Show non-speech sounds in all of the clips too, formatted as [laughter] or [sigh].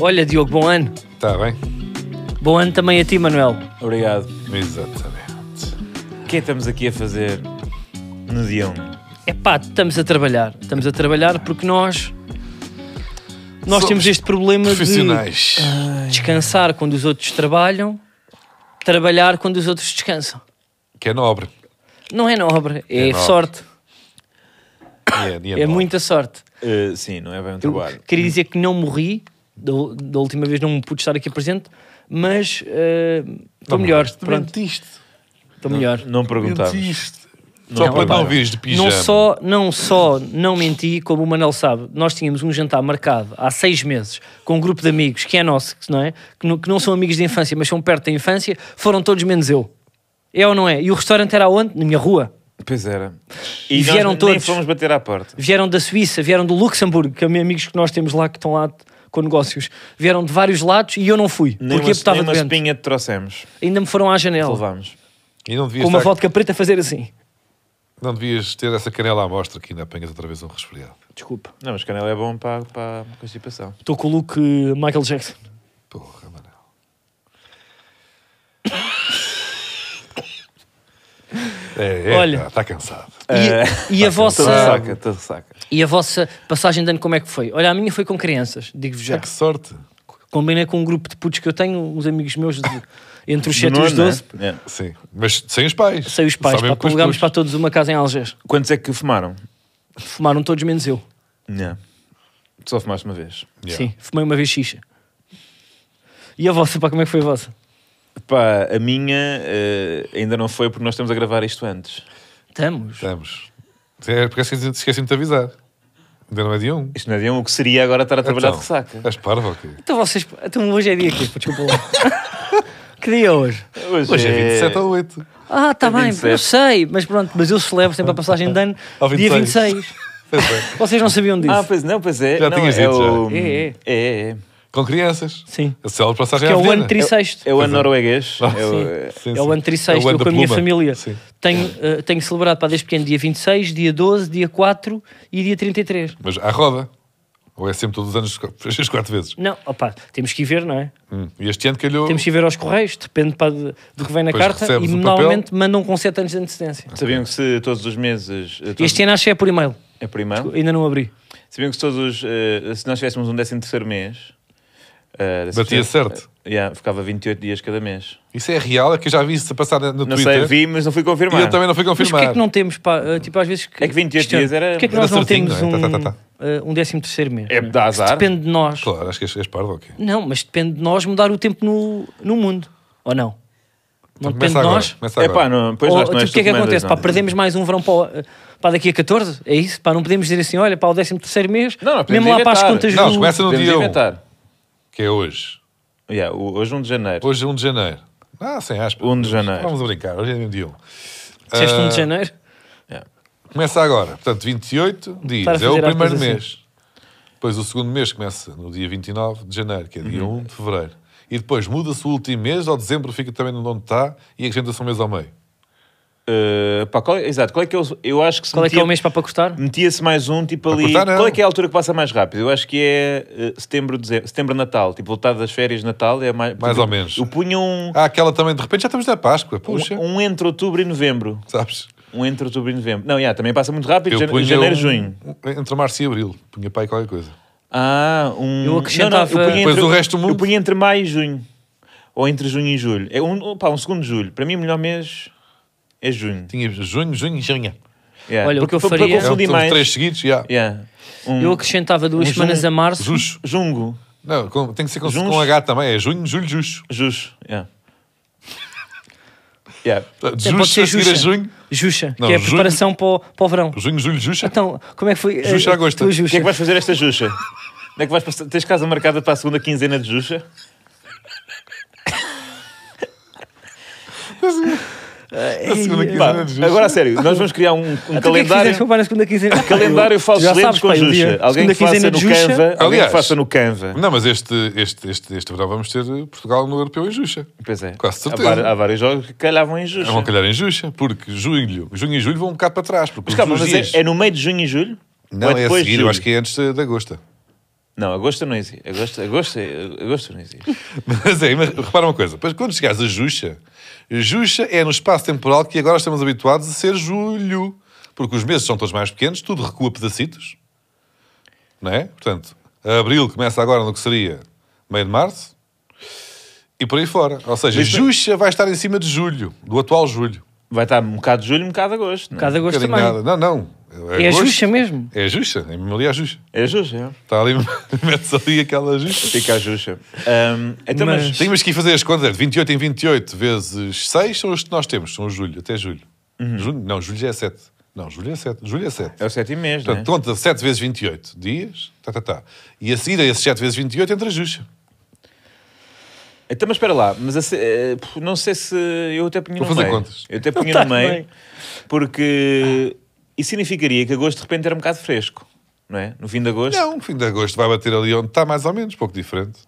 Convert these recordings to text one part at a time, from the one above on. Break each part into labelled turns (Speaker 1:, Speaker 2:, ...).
Speaker 1: Olha, Diogo, bom ano.
Speaker 2: Está Tá bem?
Speaker 1: Bom ano também a ti, Manuel.
Speaker 3: Obrigado.
Speaker 2: Exatamente.
Speaker 3: O que é que estamos aqui a fazer no dia 1?
Speaker 1: Epá, estamos a trabalhar. Estamos a trabalhar porque nós. Nós
Speaker 2: Somos
Speaker 1: temos este problema de
Speaker 2: Profissionais.
Speaker 1: descansar quando os outros trabalham, trabalhar quando os outros descansam.
Speaker 2: Que é nobre.
Speaker 1: Não é nobre, é,
Speaker 2: É nobre.
Speaker 1: sorte.
Speaker 2: E e
Speaker 1: É,
Speaker 2: nobre.
Speaker 1: muita sorte.
Speaker 3: Eh, sim, não é bem um
Speaker 1: Eu
Speaker 3: trabalho.
Speaker 1: queria dizer que não morri, da, da última vez não pude estar aqui presente, mas eh, estou melhor. Pronto,
Speaker 2: Mentiste.
Speaker 1: estou melhor.
Speaker 3: Tá Não perguntámos.
Speaker 2: Mentiste. Só para
Speaker 3: não.
Speaker 2: não vires de pijama.
Speaker 1: Não só, não só não menti, como o Manel sabe, nós tínhamos um jantar marcado há seis meses com um grupo de amigos que é nosso, que não é? Que não, que não são amigos de infância, mas são perto da infância, foram todos menos eu. É ou não é? E o restaurante era onde? Na minha rua.
Speaker 3: Pois era.
Speaker 1: E
Speaker 3: nós
Speaker 1: vieram
Speaker 3: nem
Speaker 1: todos.
Speaker 3: fomos bater à porta.
Speaker 1: Vieram da Suíça, vieram do Luxemburgo, que é amigos que nós temos lá que estão lá com negócios. Vieram de vários lados e eu não fui,
Speaker 3: Nem
Speaker 1: porque eu
Speaker 3: uma, nem
Speaker 1: estava
Speaker 3: uma
Speaker 1: doente.
Speaker 3: espinha te trouxemos.
Speaker 1: Ainda me foram à
Speaker 3: Te
Speaker 1: janela,
Speaker 3: levámos.
Speaker 2: E não devias,
Speaker 1: com uma
Speaker 2: estar-
Speaker 1: vodka preta a fazer assim.
Speaker 2: não devias ter essa canela à mostra que ainda apanhas outra vez um resfriado.
Speaker 1: Desculpa.
Speaker 3: Não, mas canela é bom para, para a constipação.
Speaker 1: Estou com o look eh, Michael Jackson.
Speaker 2: Porra, Manel. É, é,
Speaker 1: Olha.
Speaker 2: Olha. Está cansado.
Speaker 1: E,
Speaker 3: [laughs]
Speaker 1: e a vossa...
Speaker 3: Toda saca, toda saca.
Speaker 1: E a vossa passagem de ano como é que foi? Olha, a minha foi com crianças, digo-vos já.
Speaker 2: Ah, que sorte.
Speaker 1: Combinei com um grupo de putos que eu tenho, uns amigos meus, de- entre os
Speaker 3: Do
Speaker 1: 7 e os
Speaker 3: nono,
Speaker 1: 12,
Speaker 3: não é? É.
Speaker 2: Sim. Mas sem os pais.
Speaker 1: sem os pais,
Speaker 2: Só mesmo
Speaker 1: pá,
Speaker 2: com os
Speaker 1: alugámos para
Speaker 2: putos.
Speaker 1: todos uma casa em Algés.
Speaker 3: Quantos é que fumaram?
Speaker 1: Fumaram todos menos eu.
Speaker 3: Não. Só fumaste uma vez.
Speaker 2: Yeah.
Speaker 1: Sim, fumei uma vez xixa. E a vossa, pá, como é que foi a vossa?
Speaker 3: Pá, a minha eh, ainda não foi porque nós estamos a gravar isto antes.
Speaker 1: Estamos.
Speaker 2: Estamos. É porque esqueci- esqueci-me de te avisar. Ainda não é de um.
Speaker 3: Isto não é de um, o que seria agora estar a trabalhar
Speaker 2: Então,
Speaker 3: de ressaca.
Speaker 2: És parvo ou quê?
Speaker 1: Então vocês, então hoje é dia aqui, desculpa lá. que dia é hoje?
Speaker 2: Hoje é 27 ou 8.
Speaker 1: Ah,
Speaker 2: É
Speaker 1: está bem,
Speaker 3: 27.
Speaker 1: eu sei, mas pronto, mas eu celebro sempre a passagem de ano,
Speaker 2: Ao
Speaker 1: dia
Speaker 2: 26.
Speaker 1: 26.
Speaker 2: é.
Speaker 1: Vocês não sabiam disso?
Speaker 3: Ah, pois não, pois é.
Speaker 2: Já
Speaker 3: não,
Speaker 2: tinhas
Speaker 3: é
Speaker 2: dito, já.
Speaker 3: o...
Speaker 1: É,
Speaker 3: É,
Speaker 1: é.
Speaker 3: é, é.
Speaker 2: Com crianças.
Speaker 1: Sim.
Speaker 2: A célula passa a né?
Speaker 1: Que é o ano trissexto.
Speaker 3: É o ano norueguês.
Speaker 2: Ah,
Speaker 3: É o-
Speaker 1: Sim. É o ano
Speaker 2: trissexto
Speaker 1: trissexto, eu com a minha família.
Speaker 2: Sim.
Speaker 1: Tenho, eh, tenho celebrado para desde pequeno dia 26, dia 12, dia 4 e dia 33.
Speaker 2: Mas à roda. Ou é sempre todos os anos [laughs] as quatro vezes.
Speaker 1: Não, opá, temos que ir ver, não é?
Speaker 2: Hum. E este ano calhou.
Speaker 1: Temos que ir ver aos correios, depende pá, de- do que vem na
Speaker 2: Depois
Speaker 1: carta e
Speaker 2: recebes o
Speaker 1: normalmente mandam com 7 anos de antecedência.
Speaker 3: Sabiam que se todos os meses... eh, Todos...
Speaker 1: Este ano acho que é por e-mail,
Speaker 3: É por e-mail?
Speaker 1: ainda não abri.
Speaker 3: Sabiam que se todos os... eh, se nós tivéssemos um décimo terceiro mês... eh, décimo
Speaker 2: Batia
Speaker 3: terceiro-
Speaker 2: certo.
Speaker 3: Eh, yeah, ficava 28 dias cada mês.
Speaker 2: Isso é real, é que eu já vi isso a passar no no
Speaker 3: Não
Speaker 2: Twitter.
Speaker 3: sei, vi, mas não fui
Speaker 2: E
Speaker 3: confirmar.
Speaker 2: eu também não fui
Speaker 1: Mas porquê é
Speaker 2: confirmar.
Speaker 1: que não temos, pá, eh, tipo às vezes...
Speaker 3: É que 28
Speaker 1: questiono,
Speaker 3: dias era-
Speaker 1: Porquê é que
Speaker 2: era
Speaker 1: nós não
Speaker 2: certinho,
Speaker 1: temos
Speaker 2: não é? Tá,
Speaker 1: um,
Speaker 2: tá, tá, tá.
Speaker 1: eh, um décimo terceiro mês?
Speaker 3: É
Speaker 1: não
Speaker 3: dá
Speaker 1: Isso
Speaker 3: azar.
Speaker 1: Depende de nós,
Speaker 2: Claro, acho que és, és parvo ou quê?
Speaker 1: não, mas depende de nós mudar o tempo no, no mundo, ou não? Não depende de
Speaker 2: Começa agora.
Speaker 1: nós?
Speaker 2: Começa
Speaker 3: É
Speaker 2: agora.
Speaker 3: pá, não, pois
Speaker 1: Ou,
Speaker 3: nós não és
Speaker 1: tipo, o que é
Speaker 3: tu
Speaker 1: que
Speaker 3: mandas,
Speaker 1: acontece?
Speaker 3: não.
Speaker 1: Pá, perdemos mais um verão para, o- para daqui a 14? É isso? Pá, não podemos dizer assim, olha, pá, o 13 terceiro mês,
Speaker 3: Não, não, podemos
Speaker 1: mesmo lá para as
Speaker 3: inventar.
Speaker 1: contas
Speaker 2: Não,
Speaker 1: do...
Speaker 2: começa no
Speaker 3: Podemos
Speaker 2: dia 1,
Speaker 3: inventar.
Speaker 2: que é hoje.
Speaker 3: Yeah, o- hoje 1 de janeiro.
Speaker 2: Hoje é 1 de janeiro. Ah, sem aspas.
Speaker 3: 1 de janeiro.
Speaker 2: Vamos a brincar, hoje é mesmo dia 1.
Speaker 1: Disseste
Speaker 3: eh,
Speaker 1: 1 de janeiro?
Speaker 3: Yeah.
Speaker 2: Começa agora. Portanto, 28
Speaker 1: Estar a
Speaker 2: dias. É
Speaker 1: fazer
Speaker 2: o primeiro
Speaker 1: aspas assim.
Speaker 2: mês. Depois o segundo mês começa no dia 29 de janeiro, que é dia
Speaker 3: Uhum.
Speaker 2: 1 de fevereiro. E depois muda-se o último mês, ao dezembro fica também onde está e acrescenta-se um mês ao meio.
Speaker 3: Eh, pá, qual é- exato, qual é que é o, eu acho que se
Speaker 1: Qual é que é
Speaker 3: metia-
Speaker 1: o mês para, para cortar?
Speaker 3: Metia-se mais um, tipo ali.
Speaker 2: cortar, não.
Speaker 3: qual é que é a altura que passa mais rápido? Eu acho que é eh, setembro, dezembro, setembro Natal. Tipo, voltar das férias de Natal é mais.
Speaker 2: Mais
Speaker 3: tipo,
Speaker 2: ou menos.
Speaker 3: Eu punha um,
Speaker 2: Ah, aquela também, de repente já estamos na Páscoa, puxa.
Speaker 3: um, um entre outubro e novembro.
Speaker 2: Sabes?
Speaker 3: Um entre outubro e novembro. Não, yeah, também passa muito rápido. jan-
Speaker 2: punha
Speaker 3: janeiro,
Speaker 2: um-
Speaker 3: junho.
Speaker 2: Entre março e abril, punha pai qualquer coisa.
Speaker 3: Ah, um.
Speaker 1: Eu acrescentava-
Speaker 3: Não, não, eu punha
Speaker 2: Depois
Speaker 3: entre,
Speaker 2: o resto do mundo.
Speaker 3: Eu punha entre maio e junho. Ou entre junho e julho. É um, um- pá, um segundo de julho. Para mim, o melhor mês é junho.
Speaker 2: Tinha junho, junho e junho. É
Speaker 3: Yeah.
Speaker 1: Olha, o que eu
Speaker 3: Para- para
Speaker 1: faria-
Speaker 3: confundir
Speaker 2: Eram
Speaker 3: mais.
Speaker 2: um três seguidos, já.
Speaker 3: Yeah. Um
Speaker 1: Eu acrescentava duas
Speaker 3: Um
Speaker 1: semanas
Speaker 3: junho.
Speaker 1: a março.
Speaker 2: Juxo.
Speaker 3: jungo.
Speaker 2: Não, com- tem que ser com,
Speaker 3: Junxo.
Speaker 2: com H também. É junho, julho, juxo.
Speaker 3: Jus, yeah. yeah.
Speaker 2: Portanto,
Speaker 1: Sim, pode
Speaker 2: Juxo
Speaker 1: ser
Speaker 2: a seguir a
Speaker 1: juxa.
Speaker 2: junho.
Speaker 1: Juxa,
Speaker 2: Não,
Speaker 1: que é a
Speaker 2: junho-
Speaker 1: preparação para, o, para o verão.
Speaker 2: Junho, julho, [laughs] juxa.
Speaker 1: Então, como é que foi? eh,
Speaker 2: Juxa
Speaker 1: a
Speaker 2: agosto.
Speaker 1: tua
Speaker 3: O que é
Speaker 1: Juxa?
Speaker 3: que vais fazer esta Juxa? Onde é que vais passar? Tens casa marcada para a segunda quinzena de Juxa?
Speaker 2: a segunda
Speaker 3: Pá,
Speaker 2: quinzena de juxo.
Speaker 3: agora a sério, nós vamos criar um, um
Speaker 1: Então, o que então é que
Speaker 3: calendário.
Speaker 1: fizeste para na segunda
Speaker 3: [laughs]
Speaker 1: quinzena?
Speaker 3: calendário falso
Speaker 1: Já sabes,
Speaker 3: lentes com
Speaker 1: pá, o dia-
Speaker 3: Juxa. Alguém
Speaker 1: segunda
Speaker 3: que faça
Speaker 1: quinzena
Speaker 3: no
Speaker 1: de Juxa. um
Speaker 3: Canva. Alguém que
Speaker 2: Aliás.
Speaker 3: faça no Canva.
Speaker 2: [laughs] Não, mas este, este, este, este verão vamos ter Portugal no Europeu em Juxa.
Speaker 3: Pois é.
Speaker 2: Quase
Speaker 3: há,
Speaker 2: certeza.
Speaker 3: var- há vários jogos que calhavam em Juxa.
Speaker 2: Não vão calhar em Juxa, porque junho, junho e julho vão um bocado para trás. Porque
Speaker 3: Mas
Speaker 2: os
Speaker 3: calma,
Speaker 2: dois
Speaker 3: mas
Speaker 2: dias...
Speaker 3: é, é no meio de junho e julho?
Speaker 2: Não,
Speaker 3: Ou
Speaker 2: é a
Speaker 3: depois
Speaker 2: seguir,
Speaker 3: de
Speaker 2: eu
Speaker 3: julho?
Speaker 2: acho que é antes de, de agosto. [laughs]
Speaker 3: Não, agosto não existe. Agosto, agosto, é- agosto não existe.
Speaker 2: Mas é, mas repara uma coisa, depois quando chegares a Juxa, Juxa é no espaço temporal que agora estamos habituados a ser julho, porque os meses são todos mais pequenos, tudo recua pedacitos, não é? Portanto, abril começa agora no que seria meio de março e por aí fora. Ou seja,
Speaker 3: Mas- é-
Speaker 2: Juxa vai estar em cima de julho, do atual julho.
Speaker 3: Vai estar um bocado de julho, um bocado de agosto. não é?
Speaker 1: Por causa de agosto
Speaker 2: Um
Speaker 1: também.
Speaker 2: bocadinho nada. Não, não.
Speaker 1: É a
Speaker 2: agosto.
Speaker 1: Xuxa mesmo.
Speaker 2: É Juxa, é mesmo ali a Juxa.
Speaker 3: É justo, é.
Speaker 2: Está ali, [laughs] metes ali aquela Juxa.
Speaker 3: Fica a justa. Ahm, então, mas...
Speaker 1: Mas-
Speaker 2: Tínhamos que ir fazer as contas. é De 28 em 28 vezes 6 são os que nós temos. São os julho, até julho.
Speaker 1: Uhum.
Speaker 2: Junho- não, julho já é 7. Não, julho é 7. Julho é 7.
Speaker 3: é o sétimo mês, não é?
Speaker 1: né?
Speaker 2: Portanto, conta 7 vezes 28 dias. Tá, tá, tá. E a seguir a esses 7 vezes 28 entra a Juxa.
Speaker 3: Então, mas espera lá, mas a se- eh, pô, não sei se eu até punha
Speaker 2: Vou
Speaker 3: no
Speaker 2: fazer
Speaker 3: meio.
Speaker 2: contas.
Speaker 3: Eu até punha
Speaker 1: tá
Speaker 3: no meio,
Speaker 1: bem.
Speaker 3: porque isso significaria que agosto de repente era um bocado fresco, não é? No fim de agosto
Speaker 2: Não, o fim de agosto vai bater ali onde está, mais ou menos, pouco diferente.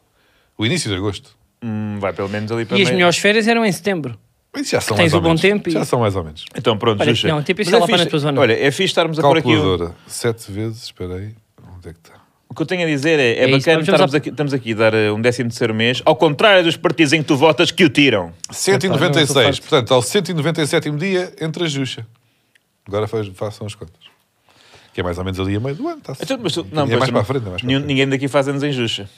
Speaker 2: O início de agosto.
Speaker 3: hum, vai pelo menos ali para
Speaker 1: E as
Speaker 3: meio.
Speaker 1: melhores férias eram em setembro.
Speaker 2: Mas já são
Speaker 1: Tens
Speaker 2: mais ou
Speaker 1: o bom
Speaker 2: menos.
Speaker 1: tempo e-
Speaker 2: Já são mais ou menos.
Speaker 3: Então pronto,
Speaker 1: Olha,
Speaker 3: Juxa.
Speaker 1: não, tipo isto
Speaker 3: Mas
Speaker 1: é lá
Speaker 3: fixe-
Speaker 1: para na tua zona.
Speaker 3: Olha, é fixe estarmos a pôr aqui... O,
Speaker 2: Calculadora. 7 vezes, espera aí. Onde é que está?
Speaker 3: o que eu tenho a dizer é, é,
Speaker 1: É isso,
Speaker 3: bacana
Speaker 1: vamos- vamos
Speaker 3: estarmos
Speaker 1: a-
Speaker 3: aqui, estamos aqui a dar eh, um décimo terceiro mês, ao contrário dos partidos em que tu votas que o tiram.
Speaker 1: Epá, não
Speaker 2: 196.
Speaker 1: sou
Speaker 2: Portanto, ao 197 dia, entra a Juxa. Agora faz- façam as contas. Que é mais ou menos ali a meio do ano. Tá
Speaker 3: Então, mas tu-
Speaker 2: não, é
Speaker 3: pois
Speaker 2: mais
Speaker 3: tu
Speaker 2: para a frente. É mais para
Speaker 3: nenhum-
Speaker 2: a frente.
Speaker 3: Ninguém daqui faz anos em Juxa.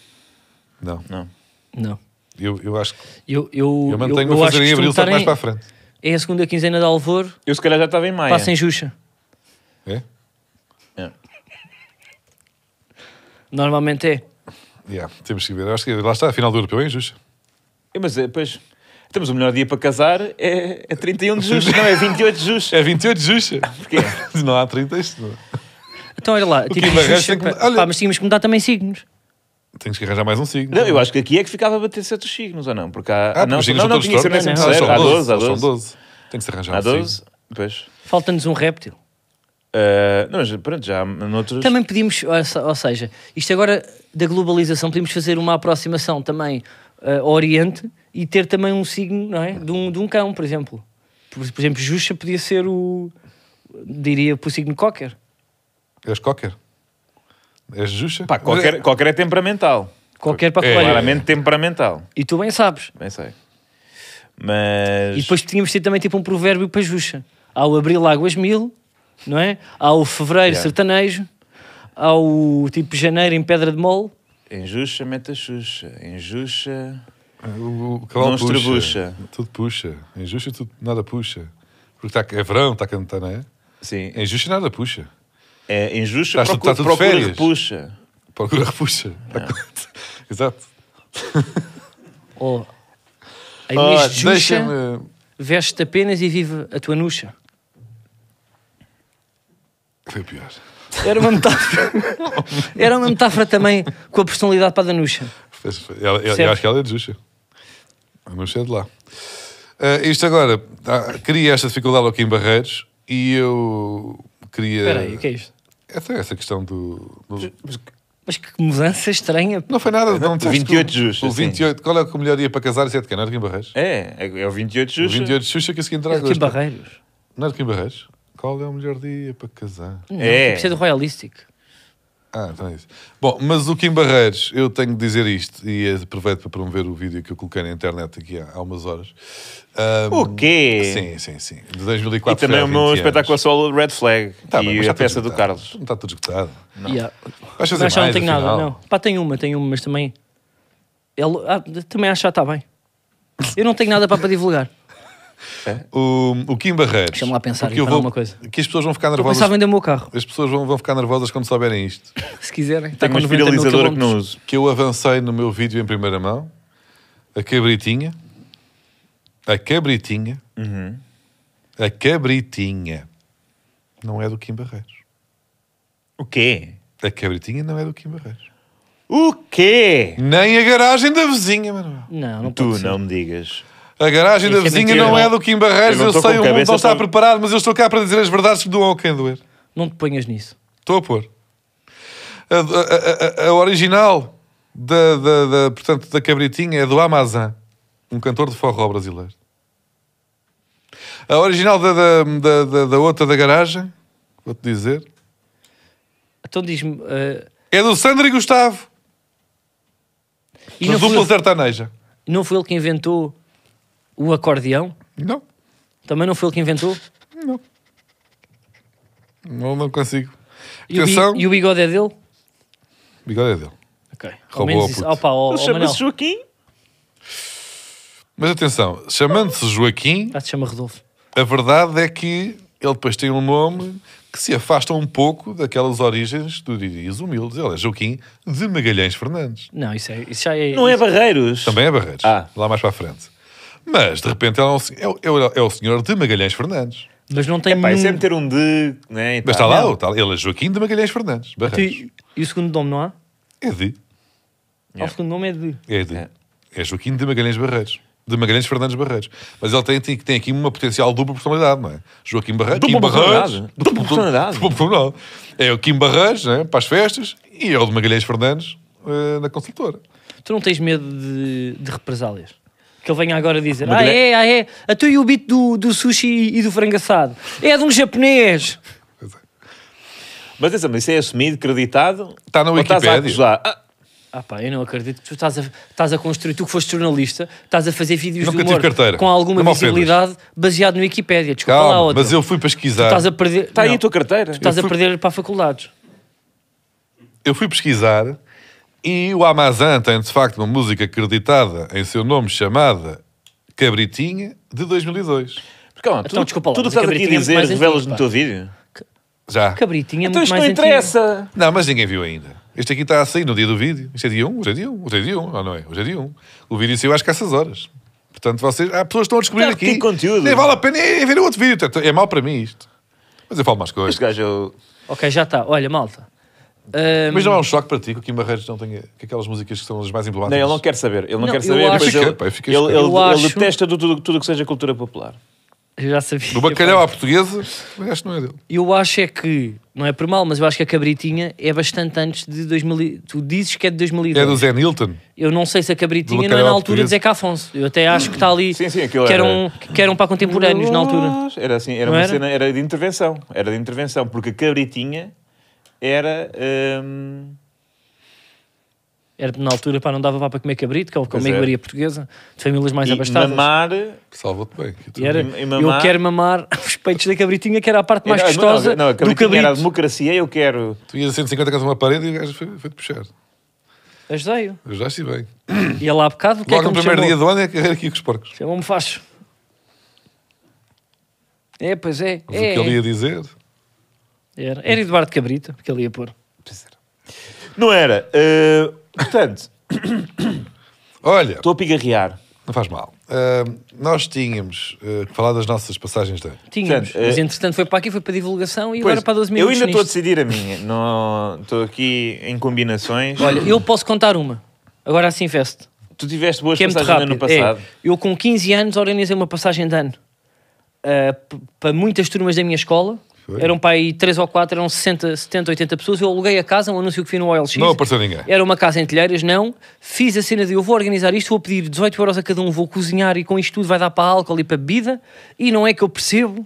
Speaker 2: Não,
Speaker 3: Não.
Speaker 1: Não.
Speaker 2: eu, eu acho que
Speaker 1: Eu, eu,
Speaker 2: eu mantenho-me
Speaker 1: eu
Speaker 2: a
Speaker 1: acho
Speaker 2: fazer
Speaker 1: que
Speaker 2: em abril, só que
Speaker 1: estarem-
Speaker 2: mais para a Ah, frente.
Speaker 1: É a segunda quinzena de Alvor,
Speaker 3: Eu se calhar já estava em maio.
Speaker 1: passa em Juxa.
Speaker 2: É?
Speaker 3: É.
Speaker 1: Normalmente é.
Speaker 2: Yeah, temos que ver. Eu acho que lá está, a final do europeu é em Juxa.
Speaker 3: É, Mas depois, temos o melhor dia para casar é, é 31 de justo, não é 28 de justo.
Speaker 2: É 28 de Juxa. Porquê? [laughs] não há 30. Isto não. é.
Speaker 1: Então olha lá, tipo,
Speaker 2: que me arranja
Speaker 1: Xuxa,
Speaker 2: é que-
Speaker 1: pá,
Speaker 2: olha-
Speaker 1: pá, mas tínhamos que mudar também signos.
Speaker 2: Tens que arranjar mais um signo.
Speaker 3: Não, eu acho que aqui é que ficava a bater certos signos, ou não? Porque há.
Speaker 2: Ah,
Speaker 3: não,
Speaker 2: não, os signos
Speaker 3: não,
Speaker 2: são
Speaker 3: não,
Speaker 2: todos
Speaker 3: tinha que ser
Speaker 2: tortos.
Speaker 3: mesmo
Speaker 1: não,
Speaker 2: Eles
Speaker 3: terceiro.
Speaker 2: são
Speaker 3: Há 12, há
Speaker 2: 12, eles são
Speaker 3: 12.
Speaker 2: 12. Tem que se arranjar
Speaker 3: Há
Speaker 2: um signo.
Speaker 3: 12, pois.
Speaker 1: Falta-nos um réptil.
Speaker 3: Ah, não, mas pronto, já há noutros.
Speaker 1: Também pedimos, ou se- ou seja, isto agora da globalização, podíamos fazer uma aproximação também eh, ao Oriente e ter também um signo, não é? De um, de um cão, por exemplo. Por, por exemplo, Juxa podia ser o. diria por signo qualquer.
Speaker 2: És qualquer. És Juxa.
Speaker 3: Pá, qualquer, qualquer é temperamental.
Speaker 1: Qualquer para
Speaker 2: É,
Speaker 1: colher.
Speaker 3: Claramente temperamental.
Speaker 1: E tu bem sabes.
Speaker 3: Bem sei. Mas.
Speaker 1: E depois tínhamos de ter também tipo um provérbio para Juxa. Há o Abril Águas Mil, não é? Há o Fevereiro
Speaker 3: Yeah.
Speaker 1: Sertanejo, há o tipo Janeiro em Pedra de Mol.
Speaker 3: Em Juxa, mete a Xuxa. Em Juxa.
Speaker 2: O, o cavalo
Speaker 3: Não
Speaker 2: puxa.
Speaker 3: estrebucha.
Speaker 2: Tudo puxa. Em Juxa tudo, nada puxa. Porque tá, é verão, está a cantar, não é?
Speaker 3: Sim.
Speaker 2: Em Juxa nada puxa.
Speaker 3: É, em Juxa,
Speaker 2: Estás tu-
Speaker 3: procura,
Speaker 2: estás tu Tá, de
Speaker 3: procura
Speaker 2: férias?
Speaker 3: repuxa.
Speaker 2: Procura repuxa. [laughs]
Speaker 3: É.
Speaker 2: Exato.
Speaker 1: Ou em
Speaker 2: Ah,
Speaker 1: mês de Juxa,
Speaker 2: Deixa-me...
Speaker 1: veste apenas e vive a tua nuxa.
Speaker 2: Foi pior.
Speaker 1: Era uma
Speaker 2: [laughs]
Speaker 1: metáfora. Era uma metáfora também com a personalidade para a Danusha.
Speaker 2: Fez- foi- ela- ela-
Speaker 1: Certo.
Speaker 2: eu acho que ela é de Juxa. A não ser de lá. Ah, isto agora, ah, queria esta dificuldade aqui em Barreiros e eu queria...
Speaker 1: Espera aí, o que é isto?
Speaker 2: Essa, essa questão do... do-
Speaker 1: Mas que mudança estranha. pá.
Speaker 2: Não foi nada,
Speaker 3: [laughs]
Speaker 2: não disseste
Speaker 3: 28
Speaker 2: o-
Speaker 3: de Juxa,
Speaker 2: O
Speaker 3: sim.
Speaker 2: 28, qual é que o melhor dia para casar? Isso é de quem? Não era de Kim Barreiros?
Speaker 3: É, é é o 28 de
Speaker 2: O
Speaker 3: Juxa.
Speaker 2: 28 de Xuxa que a seguir entra
Speaker 1: Que
Speaker 2: agosto.
Speaker 1: barreiros.
Speaker 2: Não é de Kim Barreiros? Qual é o melhor dia para casar?
Speaker 1: Não,
Speaker 3: É.
Speaker 1: é. Tipo, ser do Royalistic.
Speaker 2: Ah, então é isso. Bom, mas o Kim Barreiros, eu tenho de dizer isto, e aproveito para promover o vídeo que eu coloquei na internet aqui há, há umas horas. Ah,
Speaker 1: um
Speaker 3: O quê?
Speaker 2: Sim, sim, sim. De
Speaker 3: E
Speaker 2: 2004
Speaker 3: também
Speaker 2: foi há
Speaker 3: o meu
Speaker 2: 20
Speaker 3: espetáculo
Speaker 2: anos.
Speaker 3: solo Red Flag
Speaker 2: Tá
Speaker 3: e
Speaker 2: bem, mas já
Speaker 3: a
Speaker 2: está
Speaker 3: peça
Speaker 2: tudo
Speaker 3: do
Speaker 2: esgotado.
Speaker 3: Carlos.
Speaker 1: Tá,
Speaker 2: Não está tudo esgotado.
Speaker 1: Yeah.
Speaker 2: Vais fazer
Speaker 1: Mas já não
Speaker 2: mais,
Speaker 1: tenho nada,
Speaker 2: afinal?
Speaker 1: não. Pá, tenho uma, tenho uma, mas também. Ele- ah, também acho que já está bem. Eu não tenho nada para, para divulgar.
Speaker 2: O, o Kim Barreiros.
Speaker 1: Deixa-me lá pensar,
Speaker 2: porque eu
Speaker 1: então,
Speaker 2: vou-
Speaker 1: numa coisa.
Speaker 2: Que as pessoas vão ficar
Speaker 1: Eu
Speaker 2: nervosas.
Speaker 1: pensava em vender o meu carro,
Speaker 2: As pessoas vão, vão ficar nervosas quando souberem isto.
Speaker 1: se quiserem. Está
Speaker 3: Tenho uma
Speaker 1: 90 mil
Speaker 3: espiralizadora um que
Speaker 1: quilómetros.
Speaker 3: não uso.
Speaker 2: que eu avancei no meu vídeo em primeira mão, a cabritinha, a cabritinha,
Speaker 1: Uhum.
Speaker 2: a cabritinha, não é do Kim Barreiros.
Speaker 3: O quê?
Speaker 2: A cabritinha não é do Kim Barreiros.
Speaker 3: O quê?
Speaker 2: Nem a garagem da vizinha, Manuel.
Speaker 1: Não, não
Speaker 3: Tu
Speaker 1: pode ser.
Speaker 3: não me digas.
Speaker 2: A garagem
Speaker 1: Isso
Speaker 2: da
Speaker 1: é
Speaker 2: vizinha
Speaker 1: mentira,
Speaker 2: não é
Speaker 1: não.
Speaker 2: do Kim Barreiros.
Speaker 3: Eu não
Speaker 2: Eu,
Speaker 3: estou
Speaker 2: sei,
Speaker 3: com
Speaker 2: o mundo
Speaker 3: cabeça
Speaker 2: não está
Speaker 3: para-
Speaker 2: preparado, mas eu estou cá para dizer as verdades que doam a quem doer.
Speaker 1: Não te ponhas nisso.
Speaker 2: Estou a pôr. A, a- a- a- a original da, da- da- portanto, da Cabritinha é do Amazon, um cantor de forró brasileiro. A original da, da, da- da- da outra da garagem, vou-te dizer,
Speaker 1: Então diz-me. ah,
Speaker 2: é do Sandro e Gustavo.
Speaker 1: E
Speaker 2: Na
Speaker 1: não foi,
Speaker 2: dupla
Speaker 1: ele,
Speaker 2: sertaneja.
Speaker 1: não foi ele que inventou o acordeão?
Speaker 2: Não,
Speaker 1: Também não foi ele que inventou?
Speaker 2: não, não consigo.
Speaker 1: E o, bi-
Speaker 2: Atenção,
Speaker 1: e o bigode é dele?
Speaker 2: bigode é dele.
Speaker 1: Ok. Ao
Speaker 2: Roubou
Speaker 1: menos
Speaker 2: a
Speaker 1: isso.
Speaker 2: puta.
Speaker 1: Opa, ó, ó,
Speaker 3: Ele
Speaker 1: Manel.
Speaker 3: chama-se Joaquim.
Speaker 2: Mas atenção, chamando-se Joaquim,
Speaker 1: Ah, se chama Rodolfo.
Speaker 2: a verdade é que ele depois tem um nome que se afasta um pouco daquelas origens do Didis Humildes. Ele é Joaquim de Magalhães Fernandes.
Speaker 1: Não, isso, é, isso já é.
Speaker 3: Não é Barreiros.
Speaker 2: Também é Barreiros,
Speaker 3: Ah.
Speaker 2: lá mais para a frente. Mas, de repente, ele é, um sen- é o- é o- é o senhor de Magalhães Fernandes.
Speaker 1: Mas não tem.
Speaker 3: Pá,
Speaker 1: nenhum-
Speaker 3: isso é meter um de. Né, e
Speaker 2: Mas
Speaker 3: tal.
Speaker 1: tá
Speaker 2: está lá,
Speaker 3: Não.
Speaker 2: o tal- ele é Joaquim de Magalhães Fernandes. Barreiros.
Speaker 1: e, e o segundo nome não há?
Speaker 2: É de.
Speaker 1: Ah, O segundo nome é de.
Speaker 2: É de.
Speaker 3: É.
Speaker 2: É. Joaquim de Magalhães Barreiros. De Magalhães Fernandes Barreiros. Mas ele tem, tem, tem aqui uma potencial dupla personalidade, não é? Joaquim Barreiros. Kim
Speaker 3: Dupla
Speaker 2: Barreiros.
Speaker 3: personalidade? Dupla personalidade?
Speaker 2: Dupla personalidade. É o Kim Barreiros, não é? Para as festas. E é o de Magalhães Fernandes eh, na consultora.
Speaker 1: Tu não tens medo de, de represálias? Que ele venha agora dizer:
Speaker 3: Uma
Speaker 1: Ah,
Speaker 3: gra-
Speaker 1: é, ah, é. A tu e o beat do, do sushi e do frango assado. É de um japonês.
Speaker 3: Mas atenção, mas isso é assumido, acreditado.
Speaker 1: Tá
Speaker 2: Está na
Speaker 3: ou estás a
Speaker 2: Wikipédia.
Speaker 3: acusar? Ah,
Speaker 1: Ah, pá, eu não acredito que tu estás a, estás a construir. Tu que foste jornalista, estás a fazer vídeos
Speaker 2: Nunca
Speaker 1: de
Speaker 2: tive
Speaker 1: humor
Speaker 2: carteira.
Speaker 1: com alguma
Speaker 2: Não me ofendas.
Speaker 1: visibilidade baseado no Wikipédia.
Speaker 3: é
Speaker 1: Desculpa lá,
Speaker 2: Calma,
Speaker 1: outro.
Speaker 2: mas eu fui
Speaker 1: Tu
Speaker 2: pesquisar.
Speaker 1: estás a perder.
Speaker 3: Está tá aí
Speaker 1: Não,
Speaker 3: a tua carteira.
Speaker 1: tu estás
Speaker 2: Eu
Speaker 1: a
Speaker 2: fui-
Speaker 1: perder para faculdades.
Speaker 2: Eu fui pesquisar e o Amazon tem de facto uma música acreditada em seu nome chamada Cabritinha de 2002.
Speaker 3: Porque, calma, tu,
Speaker 1: Então, desculpa lá,
Speaker 3: tudo
Speaker 1: mas
Speaker 3: o que estás
Speaker 1: a
Speaker 3: aqui
Speaker 1: cabritinha
Speaker 3: a
Speaker 1: é
Speaker 3: dizer
Speaker 1: muito mais
Speaker 3: revelas
Speaker 1: antigo,
Speaker 3: no
Speaker 1: pá.
Speaker 3: teu vídeo.
Speaker 2: Já.
Speaker 1: Cabritinha é
Speaker 3: então
Speaker 1: muito
Speaker 3: isto
Speaker 1: mais
Speaker 3: não
Speaker 1: antigo.
Speaker 3: interessa.
Speaker 2: Não, mas ninguém viu ainda. Este aqui está a sair no dia do vídeo. Isto é dia 1, hoje é dia 1, hoje é dia 1, ou não é? Hoje é dia 1. O vídeo saiu acho que a essas horas. Portanto, vocês. Há pessoas que estão a descobrir
Speaker 3: Claro que
Speaker 2: aqui.
Speaker 3: tem conteúdo.
Speaker 2: Nem vale a pena é ver outro vídeo. Portanto, É mau para mim isto. Mas eu falo mais coisas.
Speaker 3: Este gajo é o.
Speaker 1: Ok, já está. Olha, malta. Ahm,
Speaker 2: Mas não é um choque para ti que o Kim Barreiros não tenha. que aquelas músicas que são as mais
Speaker 3: Não,
Speaker 2: emblemáticas.
Speaker 3: ele não quer saber. Ele não,
Speaker 1: Não,
Speaker 3: quer
Speaker 1: eu
Speaker 3: saber.
Speaker 1: acho-
Speaker 3: depois
Speaker 2: Fiquei,
Speaker 3: ele,
Speaker 2: pá, eu fiquei
Speaker 3: ele, ele,
Speaker 1: chocado. Eu
Speaker 3: ele
Speaker 1: acho-
Speaker 3: detesta do- tudo, tudo que seja cultura popular.
Speaker 1: Eu já sabia.
Speaker 2: Do bacalhau à portuguesa, o gajo não é dele.
Speaker 1: Eu acho é que, não é por mal, mas eu acho que a cabritinha é bastante antes de 2000. e- Tu dizes que é de 2002.
Speaker 2: É do Zé Nilton.
Speaker 1: Eu não sei se a cabritinha
Speaker 2: Do
Speaker 1: não é na
Speaker 2: bacalhau
Speaker 1: altura de
Speaker 2: português.
Speaker 1: Zeca Afonso. Eu até acho que está ali.
Speaker 3: Sim, sim, aquilo
Speaker 1: que
Speaker 3: era-
Speaker 1: eram, que eram para contemporâneos na altura.
Speaker 3: Era assim, era
Speaker 1: Não
Speaker 3: uma
Speaker 1: era?
Speaker 3: cena, era de intervenção. Era de intervenção, porque a cabritinha era. hum,
Speaker 1: Era na altura para não dava para comer cabrito, que é o
Speaker 3: Pois
Speaker 1: comer
Speaker 3: é.
Speaker 1: maria portuguesa, de famílias mais
Speaker 3: e
Speaker 1: abastadas.
Speaker 3: mamar.
Speaker 2: Salva-te bem.
Speaker 1: E era,
Speaker 3: e mamar-
Speaker 1: Eu quero mamar [laughs] os peitos da cabritinha, que era a parte mais
Speaker 3: era-
Speaker 1: gostosa
Speaker 3: Ah, não, não, a
Speaker 1: do
Speaker 3: cabritinha era a
Speaker 1: cabrito.
Speaker 3: democracia, eu quero.
Speaker 2: Tu ias a 150 casa uma parede e o gajo foi, foi-te puxar.
Speaker 1: Ajudei-o.
Speaker 2: Ajudaste bem.
Speaker 1: E lá há bocado, o que
Speaker 2: Logo
Speaker 1: é
Speaker 2: no
Speaker 1: que ele me
Speaker 2: primeiro
Speaker 1: chamou?
Speaker 2: dia do ano é carreira aqui com os porcos.
Speaker 1: Chamou-me facho. É, pois é.
Speaker 2: Mas
Speaker 1: é,
Speaker 2: o que ele
Speaker 1: é.
Speaker 2: ia dizer.
Speaker 1: Era, era Eduardo Cabrita, que ele ia pôr.
Speaker 3: Não era. eh, portanto,
Speaker 2: Olha,
Speaker 3: estou a pigarrear.
Speaker 2: não faz mal. Ah, nós tínhamos ah, que falar das nossas passagens de ano.
Speaker 1: Tínhamos.
Speaker 3: Portanto, eh,
Speaker 1: mas entretanto foi para aqui, foi para divulgação e agora
Speaker 3: Pois,
Speaker 1: para 12
Speaker 3: eu
Speaker 1: minutos.
Speaker 3: ainda estou a
Speaker 1: nisto.
Speaker 3: decidir a minha. Não- Estou aqui em combinações.
Speaker 1: Olha, eu posso contar uma. Agora assim feste.
Speaker 3: tu tiveste boas
Speaker 1: Que é muito
Speaker 3: passagens no ano
Speaker 1: rápido.
Speaker 3: passado.
Speaker 1: É, eu com 15 anos organizei uma passagem de ano. ah, p- para muitas turmas da minha escola.
Speaker 2: Foi.
Speaker 1: Eram para aí 3 ou 4, eram 60, 70, 80 pessoas. Eu aluguei a casa, um anúncio que vi no OLX.
Speaker 2: Não apareceu ninguém.
Speaker 1: Era uma casa em telheiras, não. Fiz a cena de eu vou organizar isto, vou pedir 18 euros a cada um, vou cozinhar e com isto tudo vai dar para álcool e para bebida. E não é que eu percebo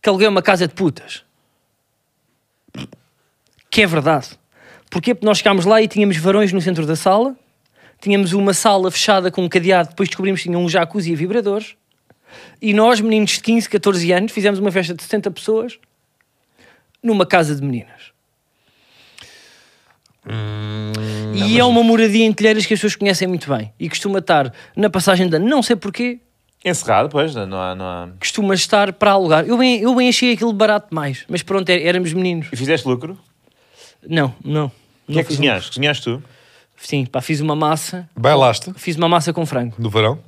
Speaker 1: que aluguei uma casa de putas. Que é verdade. Porquê? Porque é nós chegámos lá e tínhamos varões no centro da sala, tínhamos uma sala fechada com um cadeado, depois descobrimos que tinha um jacuzzi e vibradores. E nós, meninos de 15, 14 anos, fizemos uma festa de 70 pessoas numa casa de meninas.
Speaker 2: Hum,
Speaker 1: e é uma moradia em telheiras que as pessoas conhecem muito bem e costuma estar na passagem da não sei porquê,
Speaker 3: Encerrado, pois, não não há. Não há...
Speaker 1: costuma estar para alugar. Eu bem, eu bem achei aquilo barato demais, mas pronto, é- éramos meninos.
Speaker 3: E fizeste lucro?
Speaker 1: Não, não.
Speaker 3: O que
Speaker 1: não
Speaker 3: é que
Speaker 1: fiz um-
Speaker 3: cozinhaste? Cozinhaste tu?
Speaker 1: Sim, pá, fiz uma massa,
Speaker 2: Bailaste
Speaker 1: fiz uma massa com frango.
Speaker 2: no verão.